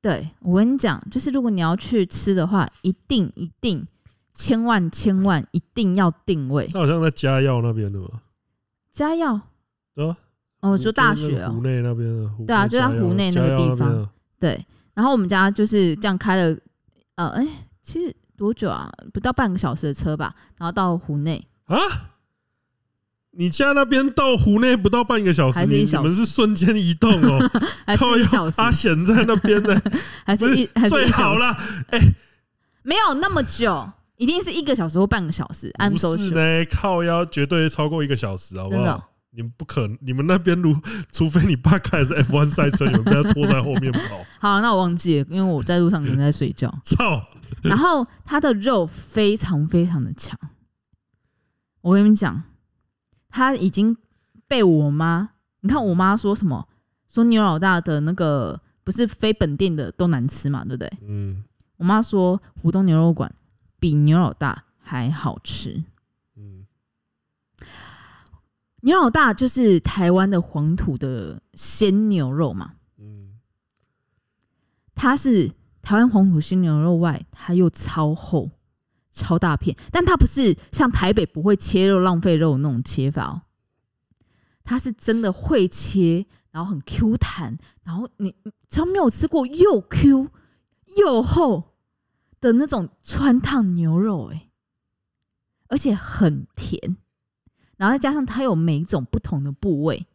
B: 对我跟你讲，就是如果你要去吃的话，一定一定千万千万一定要定位
A: 他好像在佳耀那边的嘛，
B: 佳肴。
A: 对啊，
B: 哦，我说大学
A: 就是那个
B: 哦
A: 湖，内那边的，湖
B: 对啊就在
A: 佳耀
B: 湖内那个
A: 佳耀
B: 地方
A: 边啊
B: 对，然后我们家就是这样开了，呃，哎、其实多久啊？不到半个小时的车吧，然后到湖内，
A: 啊。你家那边到湖内不到半个小时，
B: 还是一
A: 你
B: 小
A: 你们是瞬间移动哦、
B: 还是
A: 靠
B: 一
A: 腰
B: 小时，
A: 阿显在那边呢，
B: <laughs> 还
A: 不
B: 是一还是
A: 最
B: 一
A: 好
B: 小时，
A: 啦，
B: 没有那么久，一定是一个小时或半个小时。按
A: 不
B: 周
A: 是呢，靠腰绝对超过一个小时，好不
B: 真的哦
A: 好？你们不可能，你们那边如除非你爸开的是 F1 赛车，你们不要拖在后面
B: <laughs>
A: 跑，
B: 好，那我忘记了，因为我在路上可能在睡
A: <laughs>
B: 觉。
A: 操！
B: 然后它的肉非常非常的强，我跟你们讲，它已经被我妈，你看我妈说什么？说牛老大的那个不是非本店的都难吃嘛，对不对？
A: 嗯
B: 我妈说湖东牛肉馆比牛老大还好吃。
A: 嗯，
B: 牛老大就是台湾的黄土的鲜牛肉嘛，
A: 嗯，
B: 它是台湾黄土鲜牛肉外，它又超厚、超大片，但它不是像台北不会切肉浪费肉的那种切法哦，它是真的会切，然后很 Q 弹，然后你你只要没有吃过又 Q 又厚的那种川烫牛肉、哎，而且很甜，然后再加上它有每种不同的部位，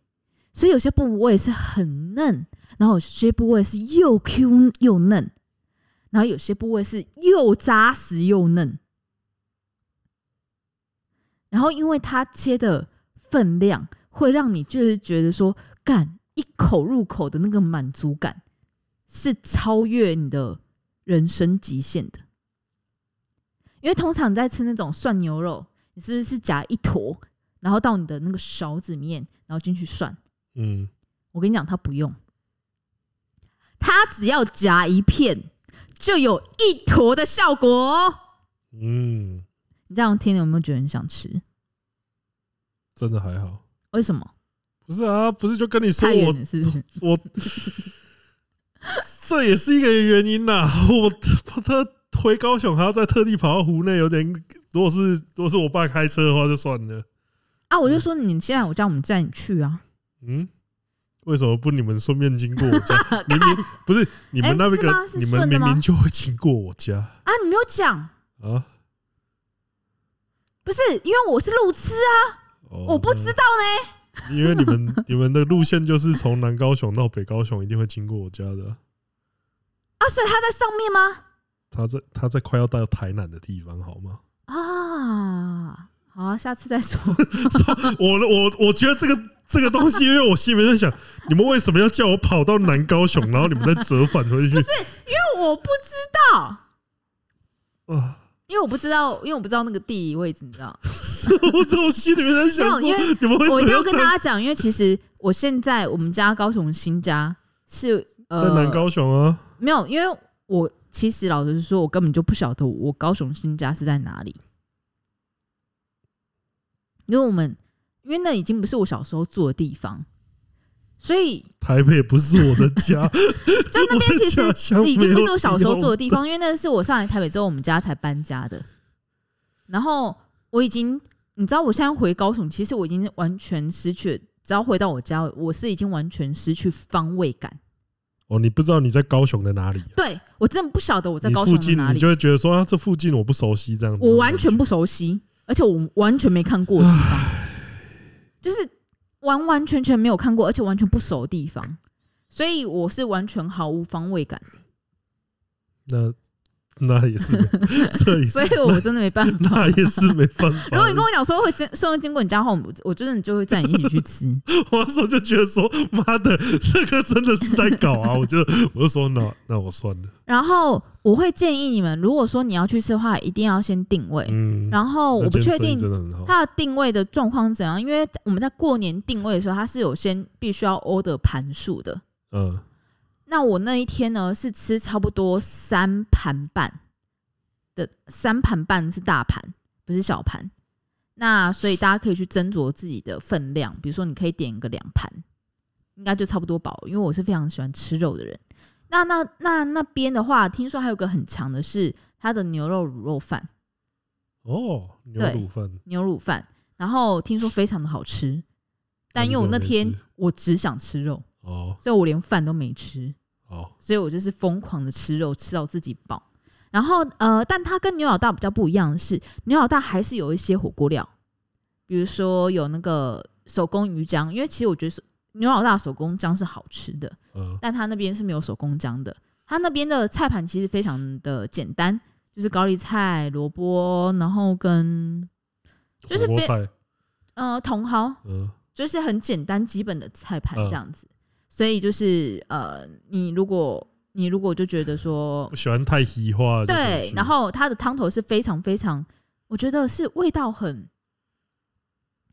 B: 所以有些部位是很嫩。然后有些部位是又 Q 又嫩，然后有些部位是又扎实又嫩。然后因为它切的分量，会让你就是觉得说，干一口入口的那个满足感，是超越你的人生极限的。因为通常你在吃那种涮牛肉，你是不是夹一坨，然后到你的那个勺子里面，然后进去涮？
A: 嗯，
B: 我跟你讲，他不用，他只要夹一片，就有一坨的效果哦。
A: 嗯，
B: 你这样听了有没有觉得很想吃？
A: 真的还好。
B: 为什么？
A: 不是啊，不是就跟你说
B: 太
A: 我
B: 远了，是不是？
A: 我，这也是一个原因呐。 <laughs> 我他他回高雄还要再特地跑到湖内，有点。如果是如果是我爸开车的话，就算了。
B: 啊，我就说你现在我叫我们载你去啊，
A: 嗯，为什么不你们顺便经过我
B: <laughs>
A: 家？明明不是你们那
B: 是
A: 个
B: 哎吗，是
A: 你们
B: 顺的
A: 明
B: 吗
A: 明就会经过我家
B: 啊，你没有讲，
A: 啊！
B: 不是因为我是路痴啊，
A: 哦
B: 我不知道呢。
A: 那因为你们 <laughs> 你们的路线就是从南高雄到北高雄，一定会经过我家的。
B: 啊，所以他在上面吗？
A: 他在他在快要到台南的地方，好吗？
B: 啊，好啊，下次再 <laughs> 说。
A: 我我我觉得这个这个东西，因为我心里面在想， <laughs> 你们为什么要叫我跑到南高雄，然后你们再折返回 <laughs> 去？
B: 我不知道，
A: 啊，
B: 因为我不知道，因为我不知道那个地理位置，你知道。
A: 我这我心里面在想说
B: 没有因 <laughs> 为，
A: 你们为
B: 我
A: 什么
B: 一定要
A: 要
B: 跟
A: 这
B: 大
A: 样
B: 家讲，因为其实我现在我们家高雄新家是呃
A: 在南高雄啊？
B: 没有，因为我其实老实说，我根本就不晓得我高雄新家是在哪里，因为我们因为那已经不是我小时候住的地方，所以
A: 台北不是我的家，
B: 就那边
A: <laughs>
B: 其
A: 我的家乡
B: 实已经不是我小时候
A: 没有
B: 住的地方，因为那是我上来台北之后我们家才搬家的。然后我已经，你知道，我现在回高雄，其实我已经完全失去了，只要回到我家，我是已经完全失去方位感。
A: 哦，你不知道你在高雄的哪里、啊，
B: 对我真的不晓得我在
A: 你
B: 高
A: 附
B: 雄的
A: 近
B: 哪
A: 你
B: 里
A: 就，会觉得说啊，这附近我不熟悉这样子。
B: 我完全不熟悉，而且我完全没看过的地方，就是完完全全没有看过，而且完全不熟的地方，所以我是完全毫无方位感，
A: <laughs> 那那也
B: <laughs>
A: 是没，这也
B: 所以我真的没办法。
A: <laughs> 那也是没办法。
B: 如果你跟我讲说会经，说经过你家后，我我真的就会带你一起去吃。
A: <laughs> 我那时候就觉得说，妈的，这个真的是在搞
B: <laughs>
A: 啊！我就我就说，那那我算了，
B: 然后我会建议你们，如果说你要去吃的话，一定要先定位。
A: 嗯。
B: 然后
A: 那
B: 我不
A: 间
B: 确
A: 生意
B: 定
A: 真的很好，
B: 它的定位的状况是怎样，因为我们在过年定位的时候，它是有先必须要 order 盘数的。
A: 嗯，
B: 那我那一天呢是吃差不多三盘半的，三盘半是大盘，不是小盘。那所以大家可以去斟酌自己的分量，比如说你可以点个两盘，应该就差不多饱了。因为我是非常喜欢吃肉的人。那那那那边的话，听说还有个很强的是它的牛肉卤肉饭，
A: 哦，牛
B: 对
A: 卤饭，
B: 牛乳饭，然后听说非常的好吃，但因为我那
A: 你
B: 天
A: 怎么
B: 我只想吃肉，
A: 哦
B: 所以我连饭都没吃，
A: 哦，
B: 所以我就是疯狂的吃肉，吃到自己饱。然后呃，但它跟牛老大比较不一样的是，牛老大还是有一些火锅料，比如说有那个手工鱼浆，因为其实我觉得是牛老大手工浆是好吃的，
A: 嗯，
B: 但他那边是没有手工浆的。他那边的菜盘其实非常的简单，就是高丽菜、萝卜，然后跟就是
A: 火锅
B: 非
A: 菜，
B: 呃茼蒿，
A: 嗯，
B: 就是很简单基本的菜盘
A: 嗯
B: 这样子。所以就是呃，你如果你如果就觉得说
A: 不喜欢太稀化，就不能
B: 对，
A: 吃
B: 然后它的汤头是非常非常，我觉得是味道很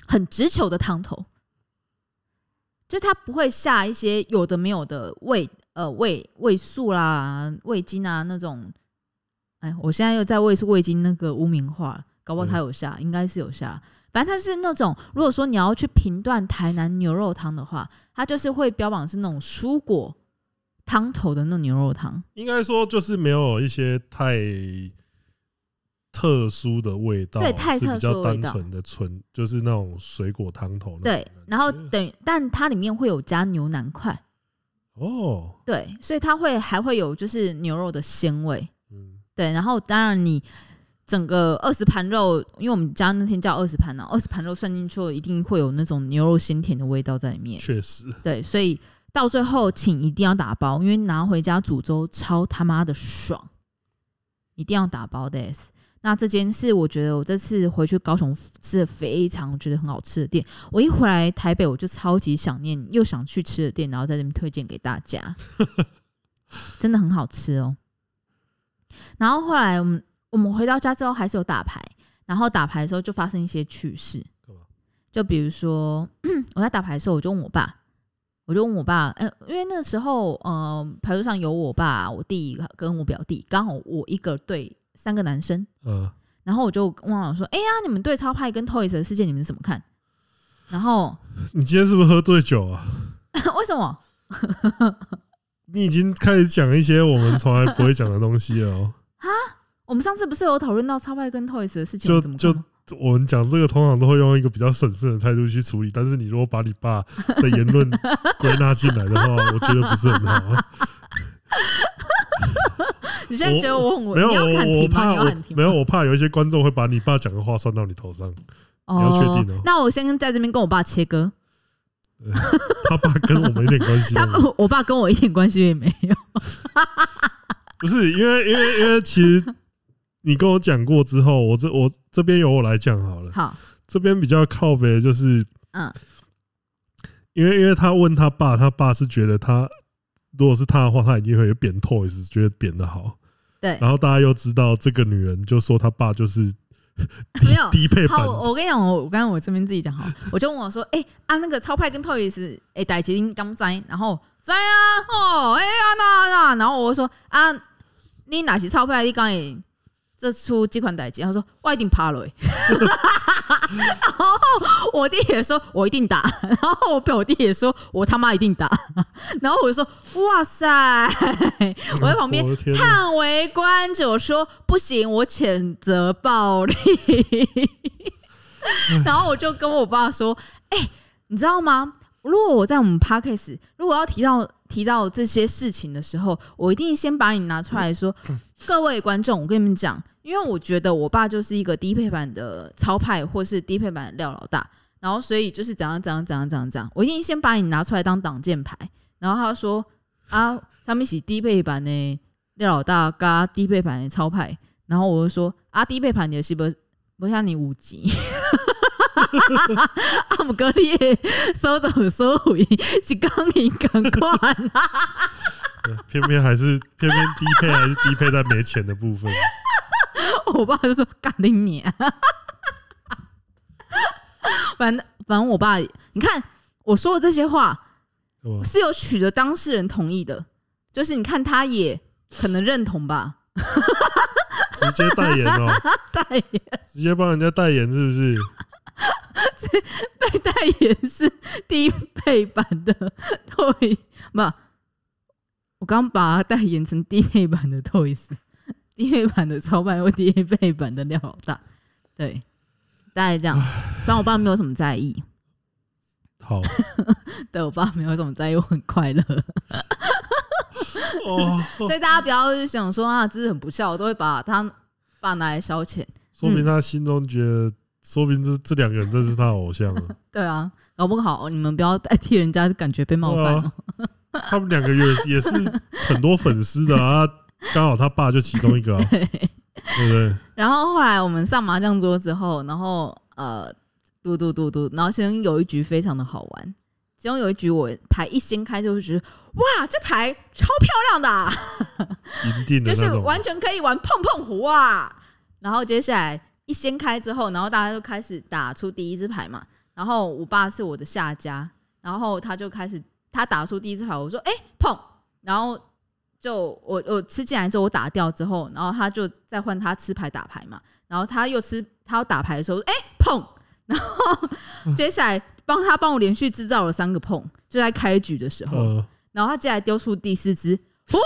B: 很直球的汤头，就是它不会下一些有的没有的味呃味味素啦、味精啊那种。哎，我现在又在味素味精那个污名化了，搞不好它有下，应该是有下。反正它是那种，如果说你要去评断台南牛肉汤的话，它就是会标榜是那种蔬果汤头的那种牛肉汤。
A: 应该说就是没有一些太特殊的味道，
B: 对太
A: 是
B: 特
A: 比
B: 殊的
A: 较
B: 味
A: 单
B: 道
A: 纯的纯，就是那种水果汤头那
B: 对
A: 种感觉。，
B: 然后等于，但它里面会有加牛腩块，
A: 哦，
B: 对，所以它会还会有就是牛肉的鲜味，
A: 嗯，
B: 对，然后当然你整个二十盘肉，因为我们家那天叫二十盘呢、啊，二十盘肉算进去了，一定会有那种牛肉鲜甜的味道在里面，
A: 确实，
B: 对，所以到最后请一定要打包，因为拿回家煮粥超他妈的爽，一定要打包的。那这间是我觉得我这次回去高雄吃的非常觉得很好吃的店，我一回来台北我就超级想念又想去吃的店，然后在这边推荐给大
A: <laughs>
B: 家，真的很好吃哦。然后后来我们我们回到家之后还是有打牌，然后打牌的时候就发生一些趣事
A: 干嘛，
B: 就比如说 <clears throat> 我在打牌的时候我就问我爸，我就问我爸，呃，因为那时候，呃，牌桌上有我爸、我弟跟我表弟，刚好我一个对三个男生，
A: 嗯，
B: 然后我就问我说，哎、呀，你们对超派跟 Toys 的事件你们怎么看？然后 <laughs>
A: 你今天是不是喝醉酒啊？
B: 为什么？
A: 你已经开始讲一些我们从来不会讲的东西了哦。 <laughs>
B: 我们上次不是有讨论到超派跟 Toys 的事情
A: 就
B: 我怎么看吗？
A: 我们讲这个通常都会用一个比较审慎的态度去处理，但是你如果把你爸的言论归纳进来的
B: <laughs>
A: 话，我觉得不是很好。
B: 你现在觉得我很
A: 没有，
B: 你要看
A: 我
B: 题
A: 我
B: 吗？
A: 怕
B: 你要
A: 我
B: 喊题
A: 没
B: 吗？
A: 有，我怕有一些观众会把你爸讲的话算到你头上。
B: 哦，
A: 要确定哦
B: 那我先在这边跟我爸切割，
A: 他爸跟我们一点关系都
B: <laughs> 他
A: 没有，
B: 我爸跟我一点关系也没有。
A: 不是因为因为因为其实你跟我讲过之后，我这我这边由我来讲好了。
B: 好，
A: 这边比较靠北的就是，
B: 嗯，
A: 因为因为他问他爸，他爸是觉得他如果是他的话，他一定会扁 Toys，觉得扁的好。
B: 对，
A: 然后大家又知道这个女人，就说她爸就是
B: 没有。
A: 低配版
B: 好，，我我跟你讲，我我刚刚我这边自己讲好，我就问我说，哎、啊那个超派跟 Toys，哎、戴杰英刚摘，然后摘啊，哦，哎、啊那那，然后我就说啊，你哪是超派？你刚也这出这款代杰，他说我一定趴了、欸，然后我弟也说我一定打，然后我表弟也说我他妈一定打，然后我就说哇塞，我在旁边
A: 我的天哪，
B: 叹为观止，我说不行，我谴责暴力。 <laughs> 然后我就跟我爸说：“哎、你知道吗？如果
A: <coughs>
B: 我在我们 podcast 如果要提到提到这些事情的时候，我一定先把你拿出来说，各位观众，我跟你们讲，因为我觉得我爸就是一个低配版的超派，或是低配版的廖老大，然后所以就是怎样怎样怎样怎样怎样，我一定先把你拿出来当挡箭牌，然后他说啊，他们是低配版的廖老大嘎低配版的超派，然后我就说啊，低配版的是不不像你五级。 <laughs> 啊阿姆哥烈收走收回，是讲你赶快啦！
A: 对偏偏还是偏偏低配还是低配在没钱的部
B: <laughs>
A: 分。
B: 我爸就说干你你。 <laughs> 反正反正我爸，你看我说的这些话
A: 干嘛
B: 是有取得当事人同意的，就是你看他也可能认同吧。
A: 直接代言哦、
B: <laughs> 代言
A: 直接帮人家代言是不是？
B: <laughs> 被代言是低配版的对嘛？我刚把它代言成低配版的 Toys，低 <laughs> 配版的超版或低配版的廖老大，对，大概这样。但我爸没有什么在意，
A: 好
B: 对我爸没有什么在意，我很快乐。
A: 哦，
B: 所以大家不要想说啊，这是很不孝，我都会把他爸拿来消遣。
A: 说明他心中觉得，说明这这两个人真是他的偶像啊。
B: 对啊，搞不好你们不要代替人家感觉被 <laughs> 冒犯
A: 啊
B: 哦。
A: 他们两个也也是很多粉丝的
B: <laughs>
A: 啊，刚好他爸就其中一个、啊，对不对？
B: 然后后来我们上麻将桌之后，然后呃，嘟嘟嘟嘟，然后其中有一局非常的好玩，其中有一局我牌一掀开就是觉得哇，这牌超漂亮的啊、
A: 赢定的
B: 就
A: 那
B: 是
A: 种。
B: 完全可以玩碰碰胡啊。然后接下来一掀开之后，然后大家就开始打出第一支牌嘛。然后我爸是我的下家，然后他就开始他打出第一支牌，我说哎、碰，然后就我我吃进来之后我打掉之后，然后他就再换他吃牌打牌嘛，然后他又吃他要打牌的时候哎、碰， <laughs> 然后接下来帮他帮我连续制造了三个碰，就在开局的时候，
A: 呃，
B: 然后他接下来丢出第四只，呼，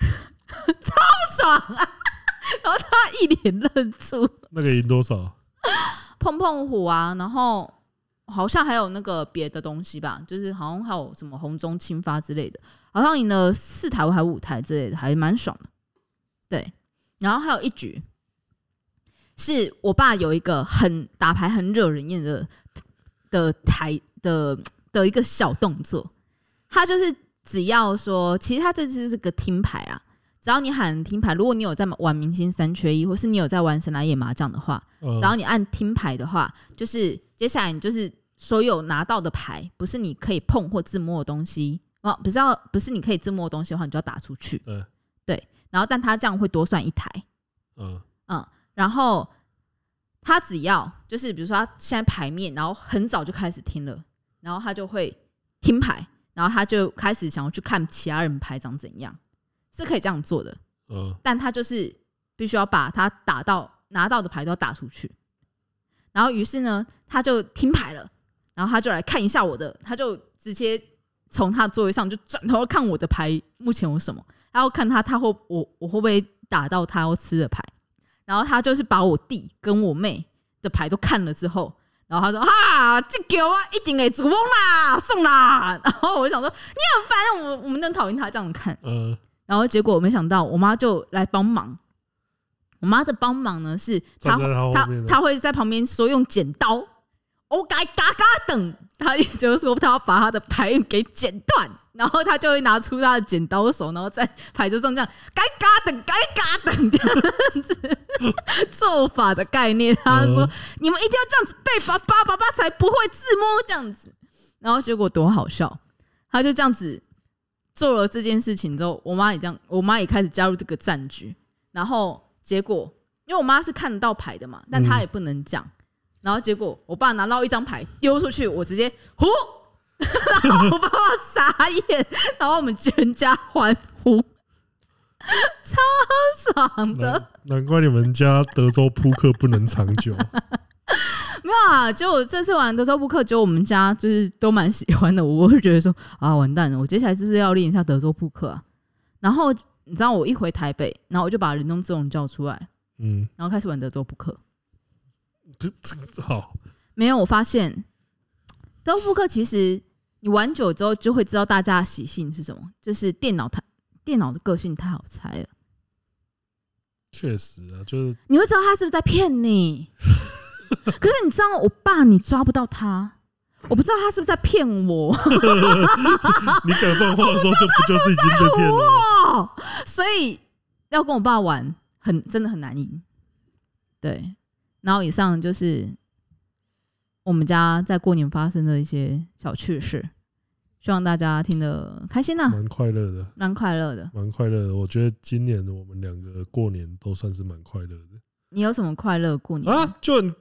B: <laughs> 超爽啊！ <laughs> 然后他一脸愣住，
A: 那个赢多少？
B: 碰碰虎啊，然后好像还有那个别的东西吧，就是好像还有什么红中青发之类的，好像赢了四台还五台之类的，还蛮爽的。对，然后还有一局，是我爸有一个很打牌很惹人厌的的台的的一个小动作，他就是只要说，其实他这次是个听牌啊。只要你喊听牌，如果你有在玩明星三缺一，或是你有在玩神来也麻将的话，
A: 呃
B: 然后你按听牌的话，就是接下来你就是所有拿到的牌，不是你可以碰或自摸的东西哦，不是要不是你可以自摸的东西的话，你就要打出去。
A: 对
B: 然后但他这样会多算一台，
A: 嗯，
B: 嗯，然后他只要就是比如说他现在牌面，然后很早就开始听了，然后他就会听牌，然后他就开始想要去看其他人牌长怎样，是可以这样做的，
A: 呃，
B: 但他就是必须要把他打到拿到的牌都要打出去。然后于是呢，他就听牌了，然后他就来看一下我的，他就直接从他的座位上就转头看我的牌，目前有什么，然后看他他会我我会不会打到他要吃的牌。然后他就是把我弟跟我妹的牌都看了之后，然后他说：“啊，这给我一定给主翁啦，送啦。”然后我就想说：“你很烦，我我们都很讨厌他这样看。”
A: 呃，
B: 然后结果我没想到，我妈就来帮忙。我妈的帮忙呢，是她
A: 站在她后
B: 她
A: 面的
B: 她会在旁边说用剪刀，我该嘎嘎等，她一直就说她要把她的牌给剪断，然后她就会拿出她的剪刀手，然后在牌桌上这样该嘎等该嘎等这样子做法的概念。她说、
A: 嗯
B: 你们一定要这样子对爸爸，爸爸才不会自摸这样子。然后结果多好笑，他就这样子做了这件事情之后，我妈也这样，我妈也开始加入这个战局。然后结果，因为我妈是看得到牌的嘛，但她也不能讲。然后结果，我爸拿到一张牌丢出去，我直接呼， <laughs> 然后我爸爸傻眼，然后我们全家欢呼，超爽的。
A: 难难怪你们家德州扑克不能长
B: <laughs>
A: 久，
B: 没有啊，就我这次玩德州扑克，就我们家就是都蛮喜欢的。我会觉得说啊，完蛋了，我接下来是不是要练一下德州扑克啊？然后你知道我一回台北，然后我就把人中之龙叫出来，
A: 嗯，
B: 然后开始玩德州扑克。
A: 这这好，
B: 没有，我发现德州扑克其实你玩久之后就会知道大家的习性是什么，就是电脑太电脑的个性太好猜了，
A: 确实啊，就是
B: 你会知道他是不是在骗你。 <laughs> 可是你知道，我爸你抓不到他，我不知道他是不是在骗我。 <laughs> 啊
A: 你讲这种话的时候，就不就是已经被骗了吗？
B: 哦，所以要跟我爸玩很真的很难赢。对，然后以上就是我们家在过年发生的一些小趣事，希望大家听得开心啦、啊
A: 蛮快乐的，
B: 蛮快乐的。
A: 蛮快乐的。我觉得今年我们两个过年都算是蛮快乐的
B: 你有什么快乐过年？
A: 啊，就很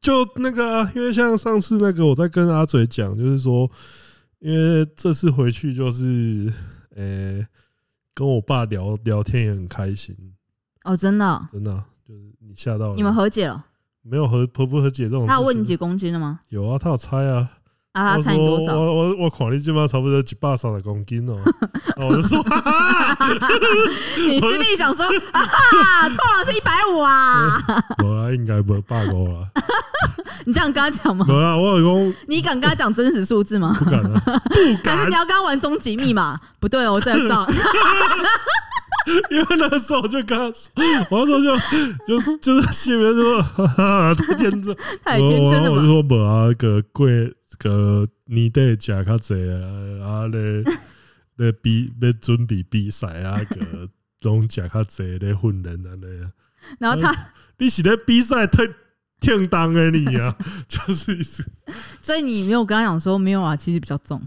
A: 就那个、啊，因为像上次那个，我在跟阿嘴讲，就是说，因为这次回去就是，呃、跟我爸聊聊天也很开心，
B: 哦，真的哦、
A: 真的啊、就是你吓到了，
B: 你们和解了？
A: 没有和和不和解这种事情？
B: 他有问你几公斤了吗？
A: 有啊，他有猜啊。
B: 啊，他
A: 我
B: 猜你多
A: 说
B: 少？
A: 我我我看你今码差不多一百三十公斤哦、然后我就说， <laughs> 哈哈哈
B: 你心里
A: <laughs>
B: 想说啊哈，错了是一百五啊？
A: 无啊，应该无百五啦，
B: 你这样跟他讲吗
A: 无？啦，我有讲
B: 你敢跟他讲真实数字吗？
A: 不敢
B: <laughs>
A: 啊，
B: 还是你要跟他玩终极密码？不对哦，我在
A: <laughs>
B: 上。
A: 因为那时候就跟他说，我那时候就就就是心里面就说，哈哈，太天真，
B: 太哎天真了
A: 我我就
B: 吧？
A: 说无啊，个贵个年底食较济啊，啊
B: <laughs>
A: 咧咧比咧准备比赛啊个。拢食较济咧混人安尼啊！
B: 然后他，
A: 你是咧比赛太天当诶你啊， <laughs> 就是一直
B: 所以你没有跟他讲说没有啊，其实比较重。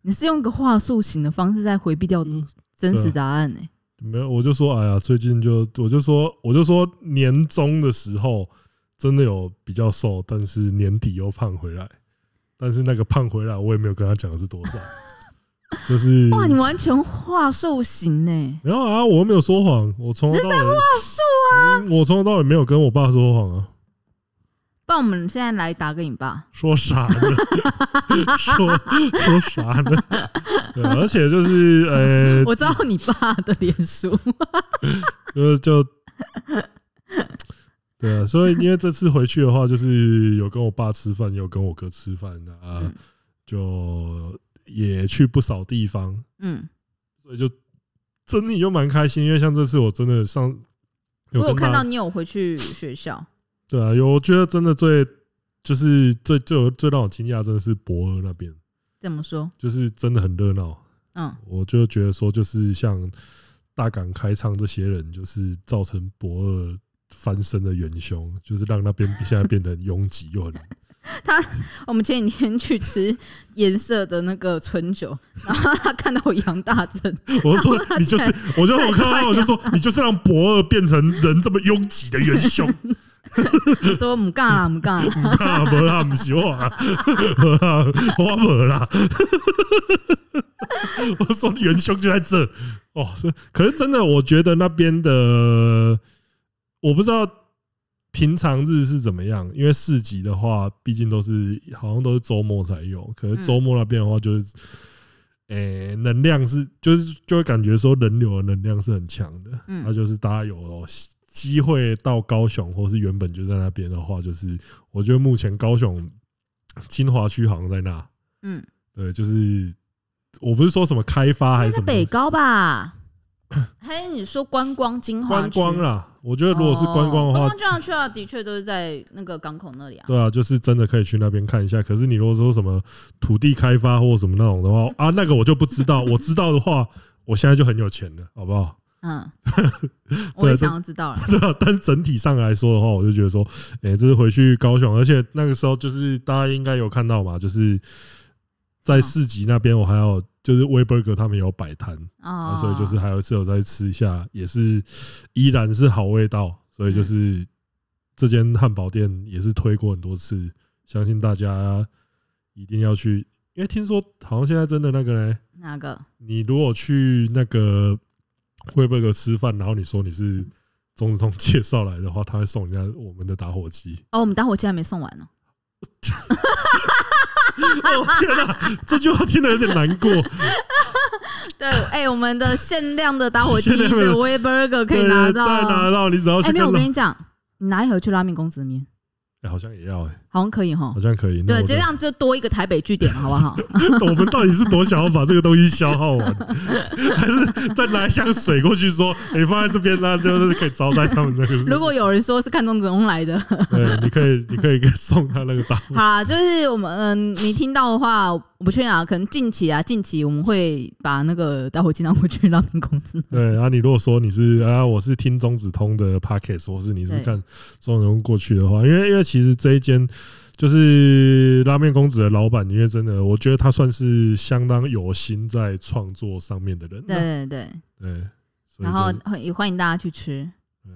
B: 你是用一个话术型的方式在回避掉
A: 嗯
B: 真实答案呢、欸
A: 没有，我就说，哎呀，最近就我就说，我就说年终的时候真的有比较瘦，但是年底又胖回来，但是那个胖回来，我也没有跟他讲是多 <laughs> 少，就是
B: 哇，你完全话术型呢、欸
A: 没有啊，我又没有说谎，我从头到尾话术啊，嗯我从头到尾没有跟我爸说谎啊，
B: 不然我们现在来打给你爸。
A: 说啥 <laughs> 呢？说说啥呢？对，而且就是呃，
B: 我知道你爸的脸
A: <laughs>
B: 书，
A: 就
B: <laughs>
A: 就对啊，所以因为这次回去的话，就是有跟我爸吃饭，有跟我哥吃饭啊，
B: 嗯
A: 就也去不少地方，
B: 嗯，
A: 所以就整体就蛮开心。因为像这次我真的上有
B: 我有
A: 跟
B: 看
A: 大
B: 到
A: 家
B: 你有回去学校，
A: 对啊，有我觉得真的最就是最最最让我惊讶，真的是博尔那边，
B: 怎么说？
A: 就是真的很热闹。
B: 嗯，
A: 我就觉得说，就是像大港开唱这些人，就是造成博二翻身的元凶，就是让那边现在变得很拥挤又很
B: 啊我们前几天去吃颜色的那个春酒，然后他看到我杨大正，
A: 我就说你就是，我就我看到我就说你就是让博二变成人这么拥挤的元凶，
B: 我说唔干啦，唔干啦。
A: 不啦不啦，不是我啦，不啦，我不啦。 <laughs> 我说元凶就在这哦，这可是真的，我觉得那边的我不知道平常日是怎么样，因为市集的话，毕竟都是好像都是周末才有，可是周末那边的话就是。诶、能量是就是就会感觉说人流的能量是很强的，
B: 嗯
A: 那就是大家有机会到高雄，或是原本就在那边的话，就是我觉得目前高雄金华区好像在那，
B: 嗯，
A: 对，就是我不是说什么开发还
B: 那
A: 是
B: 是
A: 什哎么
B: 北高 <clears throat> 吧？还是你说观光精华
A: 观
B: 区
A: 光？啦，我觉得如果是观光的
B: 哦
A: 话
B: 观光，精华区啊，的确都是在那个港口那里啊。
A: 对啊，就是真的可以去那边看一下。可是你如果说什么土地开发或什么那种的话啊，那个我就不知道。我知道的话，我现在就很有钱了，好不好？ <laughs>
B: 嗯，我也
A: 对
B: 想要知道了。哦
A: <laughs> 对啊，但是整体上来说的话，我就觉得说，哎、这是回去高雄，而且那个时候就是大家应该有看到嘛，就是在市集那边，我还有就是威 b 哥他们有摆摊，
B: 哦
A: 啊，所以就是还有是有再吃一下，也是依然是好味道，所以就是这间汉堡店也是推过很多次，相信大家一定要去，因为听说好像现在真的那个嘞，
B: 哪个？
A: 你如果去那个惠伯格吃饭，然后你说你是钟子通介绍来的话，他会送人家我们的打火机。
B: <laughs> 哦，我们打火机还没送完呢。
A: 哦天哪、这句话听得有点难过。
B: 对，哎，我们的限量的打火机
A: 限量的
B: 是 w e b e r g e 可以
A: 对
B: 拿
A: 再拿
B: 到。
A: 到，你只要
B: 哎，
A: 去跟
B: 没有，我
A: 老
B: 跟你讲，你拿一盒去拉面公子的面，
A: 哎好像也要哎、
B: 好好像可以哈
A: 好。像可以。那
B: 对，
A: 我就
B: 这
A: <laughs>
B: 样就多一个台北据点了，好不好？ <laughs>
A: 我们到底是多想要把这个东西消耗完，还是再拿一箱水过去说，你、放在这边，那就是可以招待他们那个。
B: 如果有人说是看钟子通来的，
A: 对，你可以，你可以给送他那个大
B: 好啦，就是我们嗯、你听到的话，我不确定啊，可能近期啊，近期我们会把那个打火机拿回去让民公司。
A: 对，然、后你如果说你是啊，我是听中子通的 podcast，或是你是
B: 对
A: 看中人过去的话，因为因为其实这一间就是拉面公子的老板，因为真的，我觉得他算是相当有心在创作上面的人。
B: 对对对，
A: 对，所以
B: 然后
A: 就是嗯
B: 欢也欢迎大家去吃。
A: 对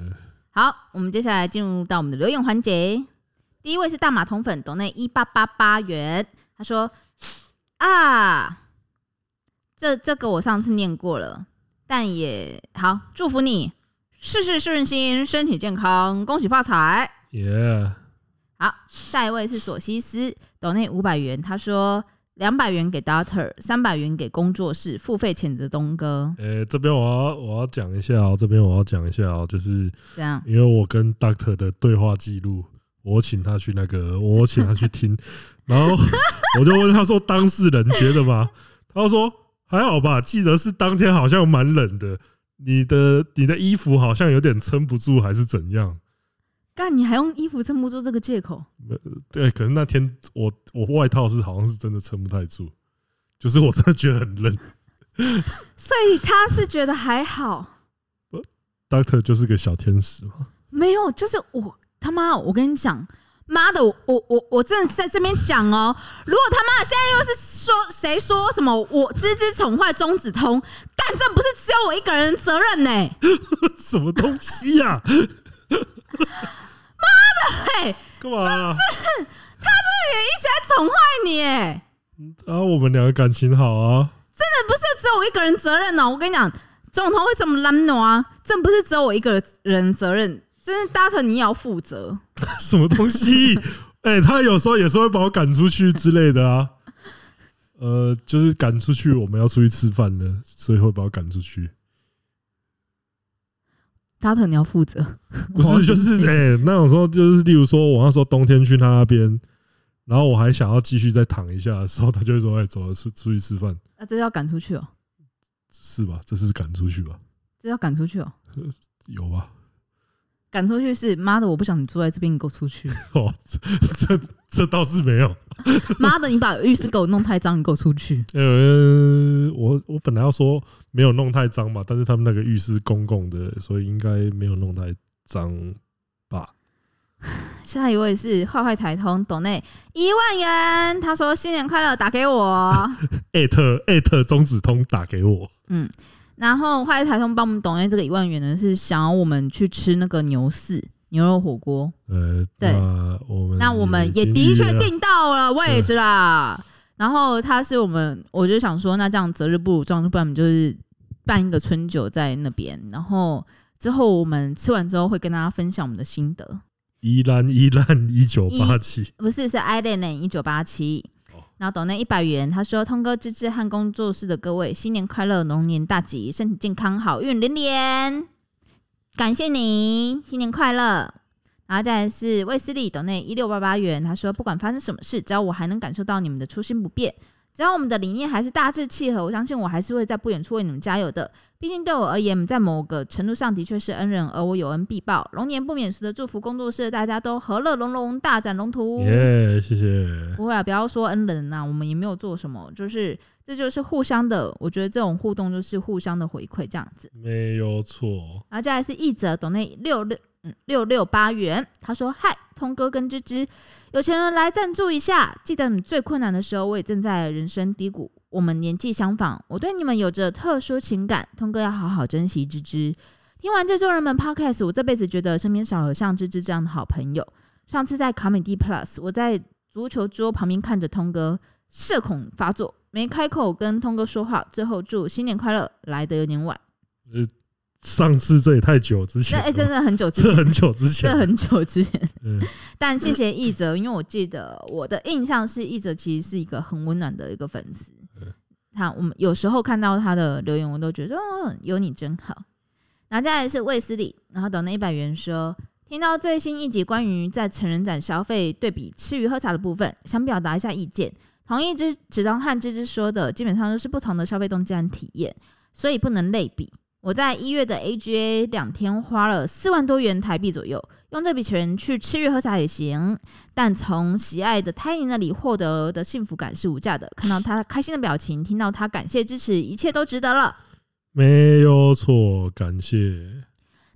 B: 好，我们接下来进入到我们的留言环节。第一位是大马桶粉，懂内一八八八元，他说啊，这这个我上次念过了，但也好，祝福你事事顺心，身体健康，恭喜发财。
A: ，Yeah，
B: 好，下一位是索西斯，抖内五百元，他说两百元给 Doctor，三百元给工作室，付费谴责东哥，
A: 呃，这边我要我要讲一下哦、这边我要讲一下哦、就是
B: 这样
A: 因为我跟 Doctor 的对话记录，我请他去那个，我请他去听， <laughs> 然后我就问他说当事人觉得吗？他就说还好吧，记得是当天好像蛮冷的，你的你的衣服好像有点撑不住，还是怎样？
B: 干你还用衣服撑不住这个借口？
A: 对，可是那天我我外套是好像是真的撑不太住，就是我真的觉得很冷。
B: 所以他是觉得还好，
A: Doctor 就是个小天使嘛，
B: 没有，就是我他妈，我跟你讲，妈的，我我我我真的在这边讲哦，如果他妈的现在又是说谁说什么我只知宠坏钟子通，干这不是只有我一个人的责任呢、
A: <laughs> 什么东西呀、
B: 嘿，
A: 干嘛啊、
B: 一起来宠坏你、欸，
A: 啊，我们两个感情好啊。 <laughs>
B: 这不是只有我一个人责任呢、哦我跟你讲，钟子通为什么懒惰啊？这不是只有我一个人责任，真是大头你也要负责。
A: 什么东西？ <laughs> 哎、他有时候也是会把我赶出去之类的啊。呃，就是赶出去，我们要出去吃饭了，所以会把我赶出去。
B: 大头，你要负责，
A: 不是，就是哎、那种时候就是，例如说，我那时候冬天去他那边，然后我还想要继续再躺一下的时候，他就会说：“哎、走了，出出去吃饭
B: 啊，这要赶出去哦，
A: 是吧？这是赶出去吧？
B: 这要赶出去哦，
A: 有吧？ <laughs>
B: 赶出去是妈的，我不想你坐在这边，你给我出去。 <laughs>
A: 哦，这这这倒是没有。
B: 妈的，你把浴室给我弄太脏，你给我出去！
A: 呃，我我本来要说没有弄太脏嘛，但是他们那个浴室公共的，所以应该没有弄太脏吧？
B: 下一位是坏坏台通董内一万元，他说新年快乐，打给 <laughs> 我。
A: 艾特艾特中子通打给我，
B: 然后坏坏台通帮我们董内这个一万元呢，是想要我们去吃那个牛四牛肉火锅，
A: 呃，
B: 对
A: 那我们
B: 那我们也
A: 已经
B: 的确
A: 预约了，
B: 订到了位置啦。然后他是我们，我就想说，那这样择日不如撞日，不然我们就是办一个春酒在那边，然后之后我们吃完之后会跟大家分享我们的心得。
A: 宜兰宜兰一九八七，
B: 不是，是 Island 一九八七
A: 哦。
B: 然后抖那一百元，他说：“通哥、芝芝和工作室的各位，新年快乐，龙年大吉，身体健康，好运连连，感谢你，新年快乐。”然后再来是卫斯理抖那一六八八元，他说：“不管发生什么事，只要我还能感受到你们的初心不变，只要我们的理念还是大致契合，我相信我还是会在不远处为你们加油的。毕竟对我而言，你们在某个程度上的确是恩人，而我有恩必报。龙年不免俗的祝福工作室，大家都和乐融融，大展龙图。
A: 耶，谢谢。
B: 不会啊，不要说恩人呐、我们也没有做什么，就是这就是互相的，我觉得这种互动就是互相的回馈这样子。
A: 没有错，
B: 然后接下来是译者董内六六嗯六六八元，他说：“嗨，通哥跟芝芝，有钱人来赞助一下。记得你最困难的时候，我也正在人生低谷。我们年纪相仿，我对你们有着特殊情感，通哥要好好珍惜芝芝。听完这众人们 podcast，我这辈子觉得身边少有像芝芝这样的好朋友。上次在卡美蒂 Plus，我在足球桌旁边看着通哥，社恐发作，没开口跟通哥说话。最后祝新年快乐，来的有点晚。”
A: 上次这也太久之
B: 那
A: 前
B: 哎、
A: 了，
B: 真的很久之
A: 这
B: 前，
A: 很久之前
B: 这
A: 了，
B: 很久之前。
A: <laughs> 嗯，
B: 但谢谢译者，因为我记得我的印象是译者其实是一个很温暖的一个粉丝
A: 嗯。
B: 他我们有时候看到他的留言，我都觉得哦，有你真好。然后再来是卫斯理，然后抖那一百元说：“听到最新一集关于在成人展消费对比吃鱼喝茶的部分，想表达一下意见。同意之子东和芝芝说的，基本上都是不同的消费动机和体验，所以不能类比。我在一月的 AGA 两天花了四万多元台币左右，用这笔钱去吃鱼喝茶也行，但从喜爱的胎宁那里获得的幸福感是无价的。看到他开心的表情，听到他感谢支持，一切都值得了。
A: 没有错，感谢。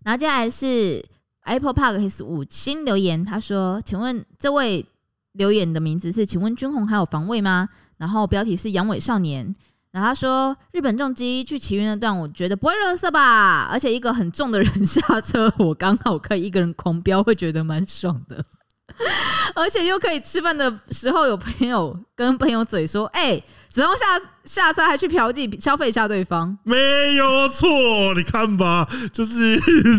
B: 然后接下来是 Apple Park His 五星留言，他说：“请问这位留言的名字是？请问军红还有防卫吗？”然后标题是“阳痿少年”。然后他说：“日本重机去骑云那段，我觉得不会热色吧？而且一个很重的人下车，我刚好可以一个人狂飙，会觉得蛮爽的。 <laughs> 而且又可以吃饭的时候有朋友跟朋友嘴说：‘哎、子龙下下车还去嫖妓消费一下对方。’
A: 没有错，你看吧， <laughs> 就是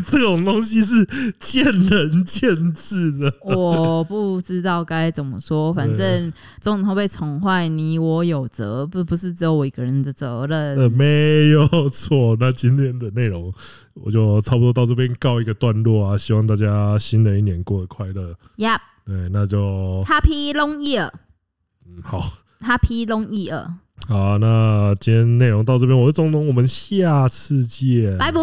A: 这种东西是见仁见智 <laughs> 的。
B: 我不知道该怎么说，反正总统会被宠坏，你我有责，不不是只有我一个人的责
A: 呃，
B: 任。
A: 没有错。那今天的内容我就差不多到这边告一个段落啊，希望大家新的一年过得快乐。
B: Yep，Happy
A: 对，那就、
B: Long Year，Happy
A: 嗯、好
B: Long Year，
A: 好啊，那今天内容到这边，我是中东，我们下次见，
B: 拜拜。